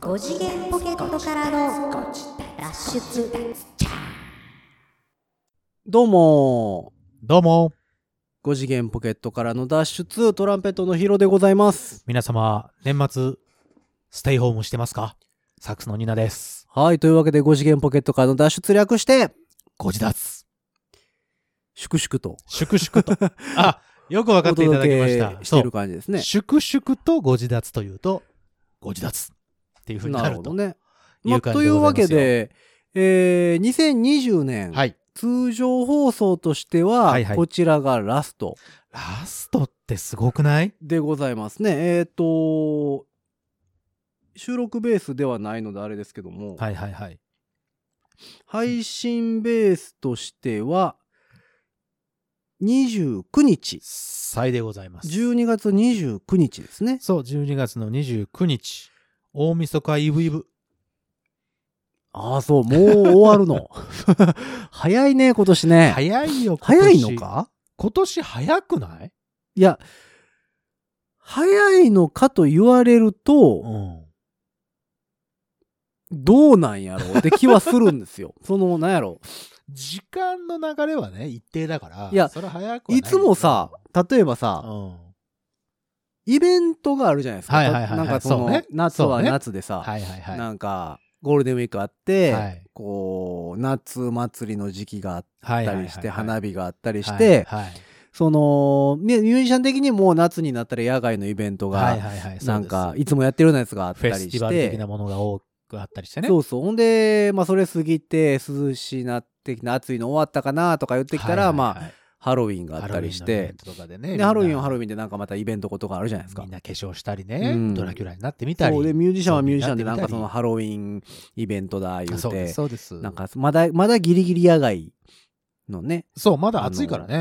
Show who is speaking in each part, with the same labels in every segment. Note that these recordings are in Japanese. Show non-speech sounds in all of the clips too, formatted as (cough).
Speaker 1: 5次元ポケットからの脱出
Speaker 2: どうも
Speaker 3: どうも、
Speaker 2: ー5次元ポケットからの脱出トランペットのヒロでございます
Speaker 3: 皆様、年末、ステイホームしてますかサックスのニナです。
Speaker 2: はいというわけで5次元ポケットからの脱出略して
Speaker 3: ご自立。
Speaker 2: 粛々と
Speaker 3: 粛々
Speaker 2: (laughs)
Speaker 3: と。あ、よく分かっていただきまし
Speaker 2: お
Speaker 3: た
Speaker 2: 届。けして
Speaker 3: そ
Speaker 2: る
Speaker 3: う。
Speaker 2: 感じですね
Speaker 3: 粛々とご自立というと、ご自立っていうふうに
Speaker 2: なる
Speaker 3: なる
Speaker 2: ほ
Speaker 3: と。
Speaker 2: どね
Speaker 3: いう感じ
Speaker 2: と
Speaker 3: で
Speaker 2: いう
Speaker 3: ござ
Speaker 2: わ
Speaker 3: います
Speaker 2: け
Speaker 3: よ
Speaker 2: で、えー、2020年、
Speaker 3: はい。
Speaker 2: 通常放送としては、
Speaker 3: はいはい
Speaker 2: こちらがラスト
Speaker 3: ラストってすごくない
Speaker 2: でございますねえっ、と収録ベースではないのであれですけども、
Speaker 3: はいはいはい。
Speaker 2: 配信ベースとしては29日
Speaker 3: 最でございます。
Speaker 2: 12月29日ですね
Speaker 3: そう、12月の29日、大晦日イブイブ。
Speaker 2: ああそうもう終わる
Speaker 3: (laughs)
Speaker 2: の早いね今年ね、
Speaker 3: 早いよ、今
Speaker 2: 早
Speaker 3: 年
Speaker 2: いのか
Speaker 3: 今年早くない
Speaker 2: いや早いのかと言われる
Speaker 3: う
Speaker 2: と、
Speaker 3: ん。
Speaker 2: どうなんやろうって気はするんです
Speaker 3: (laughs)
Speaker 2: よ。その、なんやろ
Speaker 3: 時間の流れはね、一定だから、
Speaker 2: いや
Speaker 3: それは早く
Speaker 2: う。
Speaker 3: はないいけど
Speaker 2: つもさ、、例えば
Speaker 3: う
Speaker 2: さ、
Speaker 3: ん。
Speaker 2: イベントがあるじゃないですか。
Speaker 3: はいはいはいはい
Speaker 2: なんかその、
Speaker 3: そうね
Speaker 2: 夏は
Speaker 3: そうね
Speaker 2: 夏でさ、
Speaker 3: はいはいはい。
Speaker 2: なんか、ゴールデンウィークあって、
Speaker 3: はい
Speaker 2: こう、夏祭りの時期があっ
Speaker 3: はい
Speaker 2: たりして、花
Speaker 3: 火
Speaker 2: 火があったりして、
Speaker 3: はいはい
Speaker 2: その、ねミュージシャン的にもう夏になったら野外のイベント
Speaker 3: はい
Speaker 2: が、
Speaker 3: はいはいそうです
Speaker 2: なんか、いつもやってるようなやつがあっ
Speaker 3: フ
Speaker 2: た
Speaker 3: ェ
Speaker 2: り
Speaker 3: ス
Speaker 2: して。
Speaker 3: ティバル的なものが多くあったりしてね。
Speaker 2: そうそう。ほんで、まあ、それ過ぎて、涼しいなってきな、暑いの終わったかなとか言ってきたら、まあ、ハロウィンが
Speaker 3: あ
Speaker 2: あったりして、、で、
Speaker 3: ハ
Speaker 2: ハロウィンはハロウ
Speaker 3: ン
Speaker 2: ィンでなんかまたイベントことがあるじゃないですか
Speaker 3: みん。な化粧したり
Speaker 2: う
Speaker 3: ね
Speaker 2: ん、
Speaker 3: ドラキュラになってみたり。
Speaker 2: そうで、ミュージシャンは
Speaker 3: そう
Speaker 2: ミュージシャンでなんか
Speaker 3: み
Speaker 2: そ
Speaker 3: ん
Speaker 2: の
Speaker 3: な
Speaker 2: ハロウィンイベントだ言う
Speaker 3: そうです、
Speaker 2: て、
Speaker 3: そうです。
Speaker 2: なんかまだ、まだギリギリ野外のね、
Speaker 3: そう、まだ暑いからね。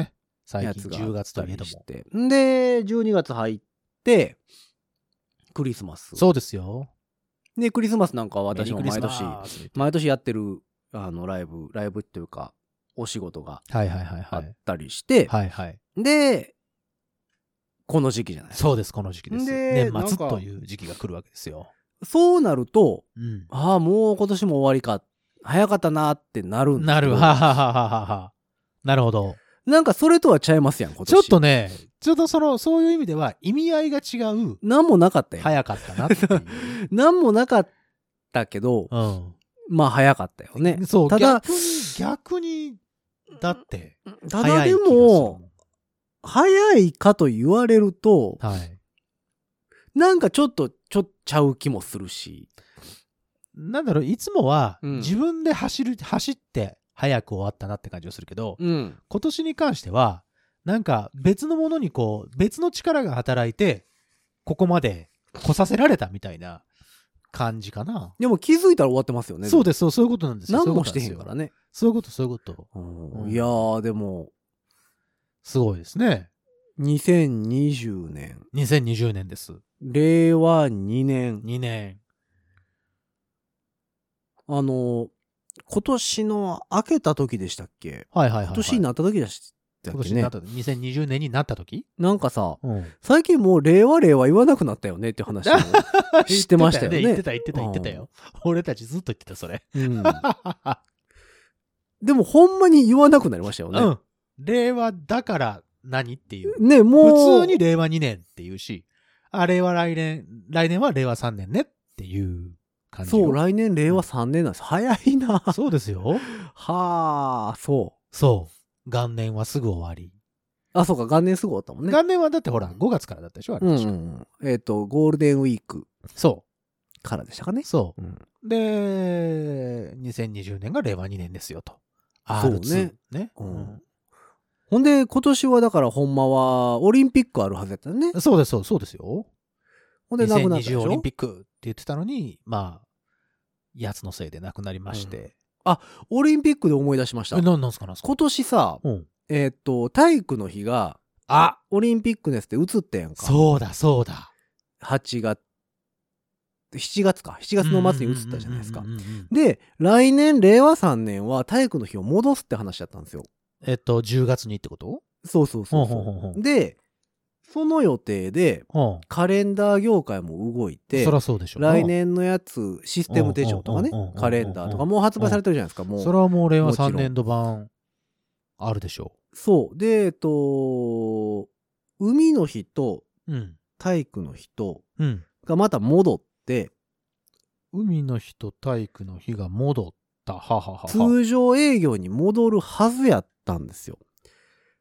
Speaker 2: や
Speaker 3: 最
Speaker 2: つ
Speaker 3: 近
Speaker 2: があ
Speaker 3: 10
Speaker 2: っ
Speaker 3: 月と
Speaker 2: た
Speaker 3: いえ
Speaker 2: り
Speaker 3: ど
Speaker 2: し
Speaker 3: も。
Speaker 2: て。んで、12月入って、クリスマス。
Speaker 3: そうですよ。
Speaker 2: で、クリスマスなんかは私も
Speaker 3: メリ
Speaker 2: 毎
Speaker 3: ークリス
Speaker 2: 年、
Speaker 3: マス
Speaker 2: 毎年やってる、あの、ライブ、ライブっていうか、お仕事が
Speaker 3: はいはいはい
Speaker 2: あ
Speaker 3: は
Speaker 2: っ
Speaker 3: い。
Speaker 2: たりして、
Speaker 3: はいはい。
Speaker 2: で、この時期じゃない
Speaker 3: そうです、この時期です。
Speaker 2: で
Speaker 3: 年
Speaker 2: なん
Speaker 3: 末
Speaker 2: か
Speaker 3: という時期が来るわけですよ。
Speaker 2: そうなると、
Speaker 3: うん。
Speaker 2: ああ、もう今年も終わりか、早かったなってなるんです
Speaker 3: な
Speaker 2: け
Speaker 3: る、
Speaker 2: ど
Speaker 3: はははははは。なるほど。
Speaker 2: なんかそれとはちゃいますやん、今年。
Speaker 3: ちょっとね、ちょっとその、そういう意味では意味合いが違う、
Speaker 2: なんもなかったよ。
Speaker 3: 早かったなっていう。
Speaker 2: なんもなかったけど、
Speaker 3: (laughs) う
Speaker 2: まあ早かったよね
Speaker 3: ん。。そう、
Speaker 2: ただ
Speaker 3: 逆、に、逆に、だって、
Speaker 2: ただ
Speaker 3: 早い気
Speaker 2: で
Speaker 3: がする
Speaker 2: も、早いかと言われると、
Speaker 3: んはい。
Speaker 2: なんかちょっと、ちょっとちゃう気もするし。
Speaker 3: なんだろう、いつもは、
Speaker 2: うん
Speaker 3: 自分で走る、走って、早く終わったなって感じがするけど、
Speaker 2: うん。
Speaker 3: 今年に関しては、なんか別のものにこう、別の力が働いて、ここまで来させられたみたいな感じかな。
Speaker 2: でも気づいたら終わってますよね。
Speaker 3: そうです、そうそういうことなんですよ。
Speaker 2: 何
Speaker 3: そういう
Speaker 2: も
Speaker 3: こと
Speaker 2: し
Speaker 3: な
Speaker 2: て
Speaker 3: です
Speaker 2: へ
Speaker 3: よ
Speaker 2: んからね。
Speaker 3: そういうこと、そういうこと。
Speaker 2: うん
Speaker 3: うん
Speaker 2: いやー、でも、
Speaker 3: すごいですね。
Speaker 2: 2020年、
Speaker 3: 2020年です。
Speaker 2: 令和2年、
Speaker 3: 2年。
Speaker 2: あの、今年の明けた時でしたっけ
Speaker 3: はいはいはい、はい。
Speaker 2: 今年になった時でしたっけ
Speaker 3: 今年に
Speaker 2: ね
Speaker 3: なった。2020年になった時
Speaker 2: なんかさ、
Speaker 3: うん。
Speaker 2: 最近もう令和令和言わなくなったよねって話
Speaker 3: (laughs)
Speaker 2: を知ってましたよね。
Speaker 3: 言ってた、言ってた、言ってたよ。俺たちずっと言ってた、それ。
Speaker 2: うんでもほんまに言わなくなりましたよ
Speaker 3: う
Speaker 2: ね。
Speaker 3: ん。令和だから何っていう。
Speaker 2: ね、もう。
Speaker 3: 普通に令和2年っていうし、あ、令和来年、来年は令和3年ねっていう感じよ。
Speaker 2: そう、来年令和3年なんです。早い (laughs) な。
Speaker 3: (laughs) そうですよ。
Speaker 2: はあ、そ
Speaker 3: そう。元年はすぐ終わり。
Speaker 2: う。あ、そうか、元年すぐ終わったもんね。
Speaker 3: 元年はだってほら、5月からだったでしょあれ
Speaker 2: うん
Speaker 3: 確
Speaker 2: う
Speaker 3: か、
Speaker 2: んうん。えっ、と、ゴールデンウィーク
Speaker 3: そ
Speaker 2: からでしたかね
Speaker 3: う。。そう
Speaker 2: うん
Speaker 3: う。で、2020年が令和2年ですよと。
Speaker 2: そうね
Speaker 3: R2 ね。
Speaker 2: う
Speaker 3: うんん
Speaker 2: ほんで、今年はだからほんまは、オリンピックあるはずやったよね。
Speaker 3: そうです、そうそうですよ。
Speaker 2: ほんで、なくなったでし
Speaker 3: 2020オリ
Speaker 2: ょ
Speaker 3: ンピックって言ってたのに、まあ、やつのせいでなくなりまして。
Speaker 2: オリンピックで思い出しました
Speaker 3: え。ななんすかなんすか
Speaker 2: 今年さ、
Speaker 3: うん。
Speaker 2: えっ、と、体育の日が、
Speaker 3: あ
Speaker 2: オリンピックのやつって映ったやんか。
Speaker 3: そうだ、そうだ。
Speaker 2: 8月、7月か。7月の末に映ったじゃないですか
Speaker 3: うんう。んうんうんうん
Speaker 2: で、来年、令和3年は体育の日を戻すって話だったんですよ。
Speaker 3: えっと、10月にってこと
Speaker 2: そうそうそうそう。
Speaker 3: ほうほうほうほう
Speaker 2: で、その予定で、
Speaker 3: うん。
Speaker 2: カレンダー業界も動いて
Speaker 3: そ、らそうでしょ。
Speaker 2: 来年のやつ、システム手帳とかね
Speaker 3: うんうんうんうんうん、
Speaker 2: カレンダーとか、もう発売されてるじゃないですか、
Speaker 3: う
Speaker 2: も
Speaker 3: ん。
Speaker 2: う
Speaker 3: そ。れはもう令和
Speaker 2: もちろ
Speaker 3: 3
Speaker 2: ん
Speaker 3: 年度版、あるでしょ
Speaker 2: そう。で、えっと、海の日と
Speaker 3: う。うん。
Speaker 2: 体育の日と
Speaker 3: うん。
Speaker 2: がまた戻って、
Speaker 3: 海の日と体育の日が戻った。はははは。
Speaker 2: 通常営業に戻るはずやったんですよ。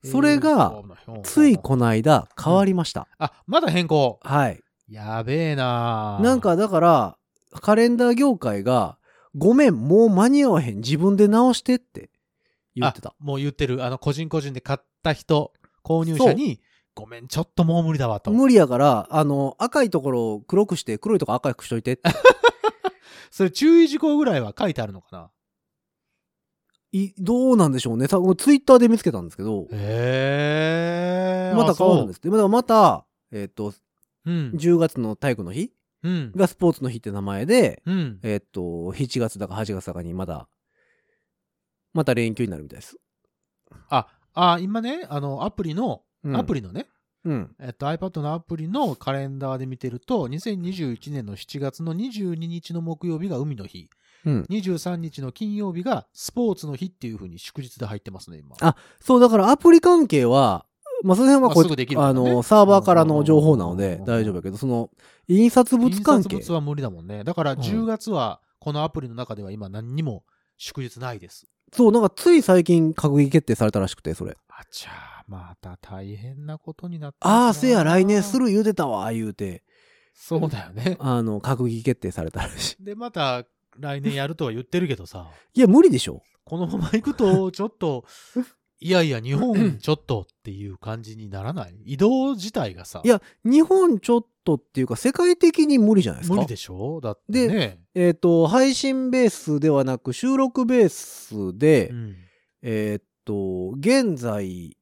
Speaker 2: それが、ついこの間変わりました。
Speaker 3: あ、まだ変更。
Speaker 2: はい。
Speaker 3: やべえなあ
Speaker 2: なん、かだから、カレンダー業界が、ごめん、もう間に合わへん。自分で直してって言ってた
Speaker 3: あ。もう言ってる。あの、個人個人で買った人、購入者に、ごめん、ちょっともう無理だわと。
Speaker 2: 無理やから、あの、赤いところを黒くして、黒いところ赤くしといてって。
Speaker 3: それ注意事項ぐらいは書いてあるのかない
Speaker 2: どうなんでしょうね。さツイッターで見つけたんですけど、
Speaker 3: へえ。。
Speaker 2: また変わるんですす。でまた、また、えっ、と、
Speaker 3: うん。
Speaker 2: 10月の体育の日
Speaker 3: うん。
Speaker 2: がスポーツの日って名前で、
Speaker 3: うん。
Speaker 2: えっ、と、7月だか8月だかにまだ、また連休になるみたいです。
Speaker 3: あ、あ、今ね、あの、アプリの、
Speaker 2: うん
Speaker 3: アプリのね、
Speaker 2: うん。
Speaker 3: えっと、iPad のアプリのカレンダーで見てると、2021年の7月の22日の木曜日が海の日、
Speaker 2: うん。
Speaker 3: 23日の金曜日がスポーツの日っていう風に祝日で入ってますね、今。
Speaker 2: あそう、だからアプリ関係は、まあ、その辺はこ
Speaker 3: まあすぐできるか
Speaker 2: あ
Speaker 3: らね
Speaker 2: の、サーバーからの情報なので
Speaker 3: うん
Speaker 2: 大丈夫やけど、その、印刷物関係
Speaker 3: 印刷。物は無理だもんね。だから
Speaker 2: うん
Speaker 3: 10月は、このアプリの中では今何にも祝日ないです。
Speaker 2: そう、なんかつい最近閣議決定されたらしくて、それ。
Speaker 3: あちゃー、また大変なことになって
Speaker 2: ああ、せや、来年す
Speaker 3: る
Speaker 2: る言うてたわ、言うて、
Speaker 3: かな。そうだよね。
Speaker 2: あの、閣議決定されたらしい。
Speaker 3: で、また来年やるとは言ってるけどさ。
Speaker 2: いや、無理でしょ。
Speaker 3: このまま行くと、ちょっと、いやいや、日本ちょっとっていう感じにならない移動自体がさ、
Speaker 2: いや、日本ちょっとっていうか、世界的に無理じゃないですか。
Speaker 3: 無理でしょだってね。
Speaker 2: えっ、と、配信ベースではなく、収録ベースで、
Speaker 3: うん
Speaker 2: えっ、と、現在、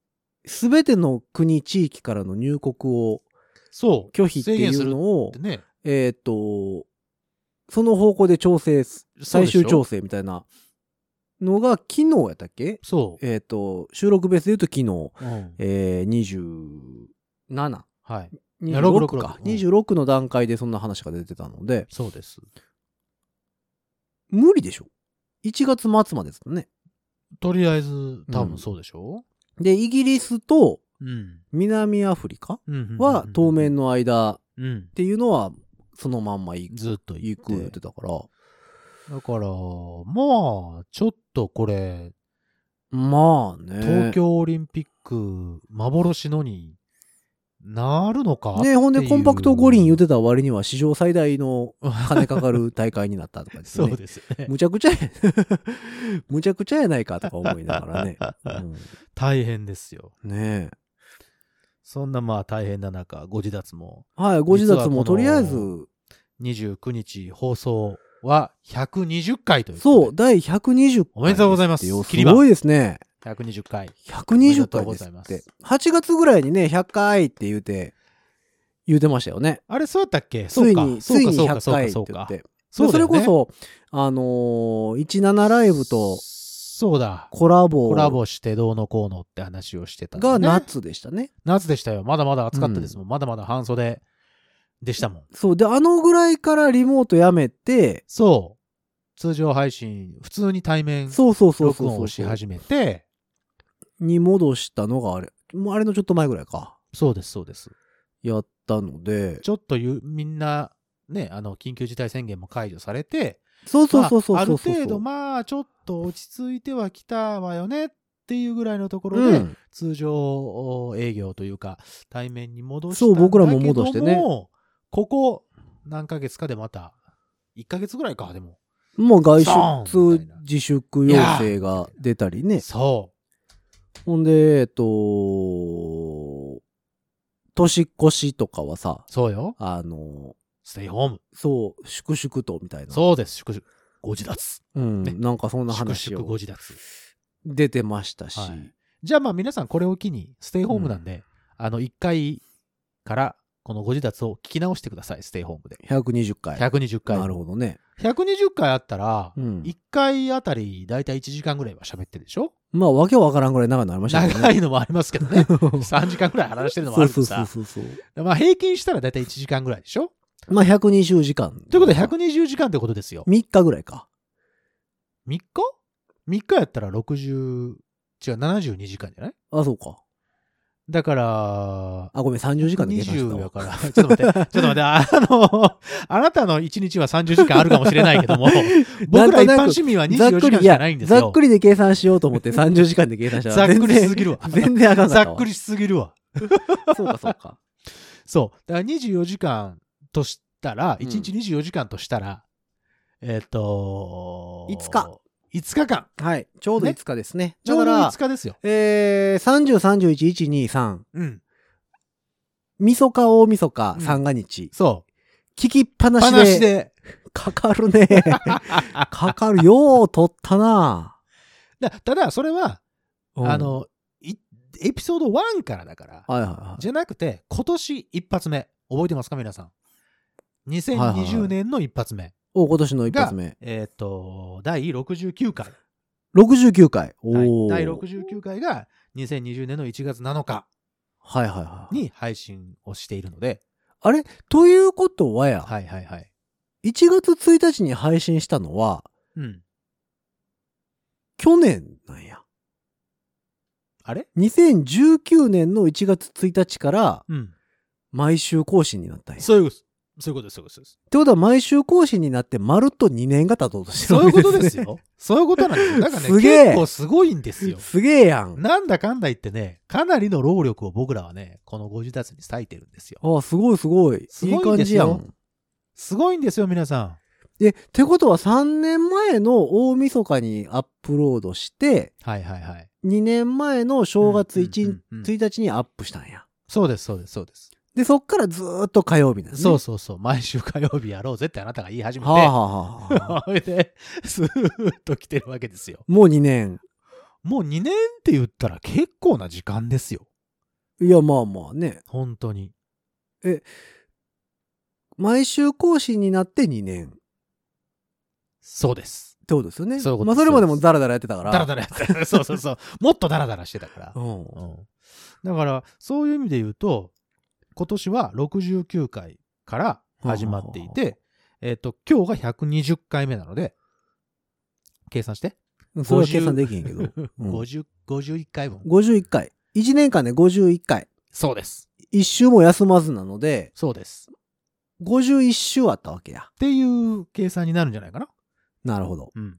Speaker 2: すべての国、地域からの入国を
Speaker 3: そう。
Speaker 2: 拒否って
Speaker 3: 制限
Speaker 2: い
Speaker 3: す
Speaker 2: う
Speaker 3: る
Speaker 2: の
Speaker 3: っ
Speaker 2: を
Speaker 3: て、ね。
Speaker 2: えっ、と、その方向で調整す、
Speaker 3: そう
Speaker 2: 最
Speaker 3: でしょ
Speaker 2: 終調整みたいなのが昨日やったっけ
Speaker 3: そう。
Speaker 2: えっ、と、収録ベースで言うと昨日、
Speaker 3: うん
Speaker 2: えー、27。
Speaker 3: はい。いや
Speaker 2: 26か
Speaker 3: 66。うん
Speaker 2: 26の段階でそんな話が出てたので、
Speaker 3: そうです。
Speaker 2: 無理でしょ。1月末までですよね。
Speaker 3: とりあえず、多分そうでしょ
Speaker 2: で、イギリスと
Speaker 3: うん。
Speaker 2: 南アフリカ
Speaker 3: うん
Speaker 2: は当面。の間っ
Speaker 3: うん。
Speaker 2: ていうのは、そのまんま行く
Speaker 3: ずっと
Speaker 2: 言
Speaker 3: 行
Speaker 2: って言っ
Speaker 3: く
Speaker 2: て。たから、
Speaker 3: だから、まあ、ちょっとこれ、
Speaker 2: まあね。
Speaker 3: 東京オリンピック、幻のになるのかってい
Speaker 2: ね
Speaker 3: う
Speaker 2: ほんでコンパクト五輪言ってた割には史上最大
Speaker 3: (laughs)
Speaker 2: の金かかる大会になったとかです
Speaker 3: そ
Speaker 2: ね。
Speaker 3: うですよね。
Speaker 2: むちゃくちゃや、 (laughs) むちゃくちゃやないかとか思いながらね。
Speaker 3: 大変ですよ。
Speaker 2: うんねえ
Speaker 3: そんなまあ大変な中、ご自立も
Speaker 2: はい、ご自
Speaker 3: 実は
Speaker 2: 殺
Speaker 3: この
Speaker 2: もとりあえず、
Speaker 3: 29日放送は120回ということで。
Speaker 2: そう、第120回。
Speaker 3: おめでとうございます
Speaker 2: す
Speaker 3: 切り番
Speaker 2: ごいですね。
Speaker 3: 120回。
Speaker 2: 120回です
Speaker 3: おめでとうご
Speaker 2: っ
Speaker 3: ざい
Speaker 2: て。8月ぐらいにね、100回って言うて、言うてましたよね。
Speaker 3: あれ、そうやったっけ
Speaker 2: つい
Speaker 3: そう
Speaker 2: に、
Speaker 3: か
Speaker 2: つ
Speaker 3: そう
Speaker 2: い
Speaker 3: か
Speaker 2: に
Speaker 3: そうか
Speaker 2: 100
Speaker 3: そう
Speaker 2: 回
Speaker 3: か
Speaker 2: っ
Speaker 3: そう
Speaker 2: て
Speaker 3: か
Speaker 2: 言って。
Speaker 3: そう
Speaker 2: そ
Speaker 3: だ
Speaker 2: れ
Speaker 3: よね
Speaker 2: こそ、あのー、17ライブと
Speaker 3: そうだ。
Speaker 2: コラボ
Speaker 3: コラボしてどうのこうのって話をしてた、ね。
Speaker 2: が。夏でしたね。
Speaker 3: 夏でしたよ。まだまだ暑かったですもん。まだまだ半袖でしたもん。
Speaker 2: そう。で、あのぐらいからリモートやめて、
Speaker 3: そう。通常配信、普通に対面
Speaker 2: そうそうそう
Speaker 3: 録
Speaker 2: そう
Speaker 3: 音
Speaker 2: そ
Speaker 3: を
Speaker 2: う
Speaker 3: し始めて、
Speaker 2: に戻したのがあれ、もうあれのちょっと前ぐらいか。
Speaker 3: そうです、そうです。
Speaker 2: やったので、
Speaker 3: ちょっとゆみんな、ね、あの、緊急事態宣言も解除されて、
Speaker 2: そうそうそうそう
Speaker 3: まあ
Speaker 2: そ
Speaker 3: ある
Speaker 2: うそう。
Speaker 3: 程度、まあ、ちょっと落ち着いてはきたわよねっていうぐらいのところ
Speaker 2: う
Speaker 3: で、
Speaker 2: ん。
Speaker 3: 通常営業というか、対面に戻した
Speaker 2: そ
Speaker 3: ん
Speaker 2: う
Speaker 3: だけども。
Speaker 2: 僕らも戻してね
Speaker 3: ここ、何ヶ月かでまた、1ヶ月ぐらいか、でも。
Speaker 2: もう
Speaker 3: ドーン
Speaker 2: 外
Speaker 3: み
Speaker 2: 出
Speaker 3: たいな
Speaker 2: 自粛要請が出たりね。
Speaker 3: そ
Speaker 2: ほんで、えっと、年越しとかはさ、
Speaker 3: う。そうよ。
Speaker 2: あの、
Speaker 3: ステイホーム。
Speaker 2: そう、粛々とみたいな。
Speaker 3: そうです。祝々。ご自立。
Speaker 2: う。ん、
Speaker 3: ね
Speaker 2: なんかそんな
Speaker 3: 祝
Speaker 2: 話
Speaker 3: 々ご
Speaker 2: を
Speaker 3: 自立。
Speaker 2: 出てましたし。
Speaker 3: はいじゃあまあ皆さんこれを機に、ステイホームなんで、あの、1回からこのご自立を聞き直してください、ステイホームで。
Speaker 2: 120回。
Speaker 3: 120回。
Speaker 2: なるほどね。
Speaker 3: 120回あったら、
Speaker 2: うん
Speaker 3: 1回あたりだいたい1時間ぐらいは喋ってるでしょ
Speaker 2: まあ、わけわからんぐらい長くなりましたけど
Speaker 3: 長
Speaker 2: ね。
Speaker 3: いのもありますけど
Speaker 2: (laughs)
Speaker 3: ね。
Speaker 2: 長
Speaker 3: 3時間ぐらい話してるのもあ
Speaker 2: そう
Speaker 3: るけ
Speaker 2: そ
Speaker 3: ど
Speaker 2: うそう
Speaker 3: さ。
Speaker 2: そうそう。
Speaker 3: まあ平均したらだいたい1時間ぐらいでしょ
Speaker 2: まあ、120時間。
Speaker 3: ということで120時間ってことですよ。
Speaker 2: 3日ぐらいか。
Speaker 3: 3日 ?3 日やったら60、違う、72時間じゃない
Speaker 2: あ、そうか。
Speaker 3: だから、
Speaker 2: あ、ごめん、30時間で計算した
Speaker 3: 20や
Speaker 2: わ。
Speaker 3: から、 (laughs) ちょっと待って、ちょっと待って、あの、あなたの1日は30時間あるかもしれないけ
Speaker 2: (laughs)
Speaker 3: ど (laughs) も、僕ら一般市民は
Speaker 2: ざっ
Speaker 3: 24時
Speaker 2: くり、
Speaker 3: 間
Speaker 2: い
Speaker 3: しか
Speaker 2: や
Speaker 3: ないん、ですよ。
Speaker 2: ざっくりで計算しようと思って30時間で計算したら。
Speaker 3: ざっくりしす
Speaker 2: ぎ。
Speaker 3: ぎるわ。
Speaker 2: 全然あかんか
Speaker 3: ざ
Speaker 2: ったわ。
Speaker 3: っくりしすぎるわ。
Speaker 2: そうか、そうか。
Speaker 3: そう。だから24時間としたら、
Speaker 2: うん
Speaker 3: 1日24時間としたら、えっ、と
Speaker 2: 5日。
Speaker 3: 5日間。
Speaker 2: はい。ちょうど
Speaker 3: ね
Speaker 2: 5日ですね。
Speaker 3: ちょうど
Speaker 2: だから
Speaker 3: 5、日ですよ。
Speaker 2: えー、30、31、1、2、3。
Speaker 3: うん。
Speaker 2: みそか大みそか
Speaker 3: うん
Speaker 2: 三が日。
Speaker 3: そう。
Speaker 2: 聞きっぱなしで。
Speaker 3: 話で。
Speaker 2: かかる
Speaker 3: (laughs)
Speaker 2: ね。かかるよう取ったな。
Speaker 3: だただ、それは、
Speaker 2: うん
Speaker 3: あ、の、いエピソード1からだから、
Speaker 2: はいはいはい。
Speaker 3: じゃなくて、今年一発目。覚えてますか、皆さん。
Speaker 2: はいはいは
Speaker 3: 2020
Speaker 2: い
Speaker 3: 年の一発目。
Speaker 2: お、今年の一発目。
Speaker 3: えっ、と、第69回。
Speaker 2: 69回。お
Speaker 3: はい
Speaker 2: ー
Speaker 3: 第69回が2020年の1月7日
Speaker 2: はいはいはい。
Speaker 3: に配信をしているので、
Speaker 2: あれということはや、
Speaker 3: はいはいはい。
Speaker 2: 1月1日に配信したのは、
Speaker 3: うん。
Speaker 2: 去年なんや。
Speaker 3: あれ
Speaker 2: 2019年の1月1日から、
Speaker 3: うん。
Speaker 2: 毎週更新になったんや。って
Speaker 3: そういうことです。そういうことです。そういうことです。
Speaker 2: ことは、毎週更新になって、まるっと2年が経とうとしてる
Speaker 3: そういうことです
Speaker 2: ね。
Speaker 3: よ。 (laughs) そういうことなんですよ。だからね、
Speaker 2: すげえ
Speaker 3: 結構すごいんです
Speaker 2: (laughs)
Speaker 3: よ。
Speaker 2: すげえやん。
Speaker 3: なんだかんだ言ってね、かなりの労力を僕らはね、このご自立に割いてるんですよ。
Speaker 2: ああ、すごいすごい。
Speaker 3: す
Speaker 2: いい
Speaker 3: ごい
Speaker 2: 感
Speaker 3: です
Speaker 2: じや
Speaker 3: よ
Speaker 2: ん。
Speaker 3: すごいんですよ、皆さん。
Speaker 2: で、ってことは3年前の大晦日にアップロードして、
Speaker 3: はいはいはい。
Speaker 2: 2年前の正月 1,、
Speaker 3: うんうんうんうん
Speaker 2: 1日にアップしたんや。
Speaker 3: そうです、そうです、そうです。
Speaker 2: で、そっからずーっと火曜日なんね。
Speaker 3: そうそうそう。毎週火曜日やろうぜってあなたが言い始めて。
Speaker 2: はあ、はあ
Speaker 3: (laughs)
Speaker 2: はあはあ、
Speaker 3: それで、スーッと来てるわけですよ。
Speaker 2: もう2年。
Speaker 3: もう2年って言ったら結構な時間ですよ。
Speaker 2: いや、まあまあね。
Speaker 3: 本当に。
Speaker 2: 毎週更新になって2年。っ
Speaker 3: そうです。
Speaker 2: てことですよね。
Speaker 3: そういうこと
Speaker 2: まあ、
Speaker 3: で
Speaker 2: そ
Speaker 3: す
Speaker 2: れまでもダラダラやってたから。
Speaker 3: ダラダラやってた (laughs) そうそうそう。もっとダラダラしてたから。
Speaker 2: うん。
Speaker 3: うん。だから、そういう意味で言うと、今年は69回から始まっていて、えっと、今日が120回目なので、計算して。
Speaker 2: それは計算できへんけど。うん
Speaker 3: 50、51回分。
Speaker 2: 51回。1年間で51回。
Speaker 3: そうです。
Speaker 2: 1週も休まずなので、
Speaker 3: そうです。っ
Speaker 2: 51週あったわけや。
Speaker 3: ていう計算になるんじゃないかな。
Speaker 2: なるほど。
Speaker 3: うん。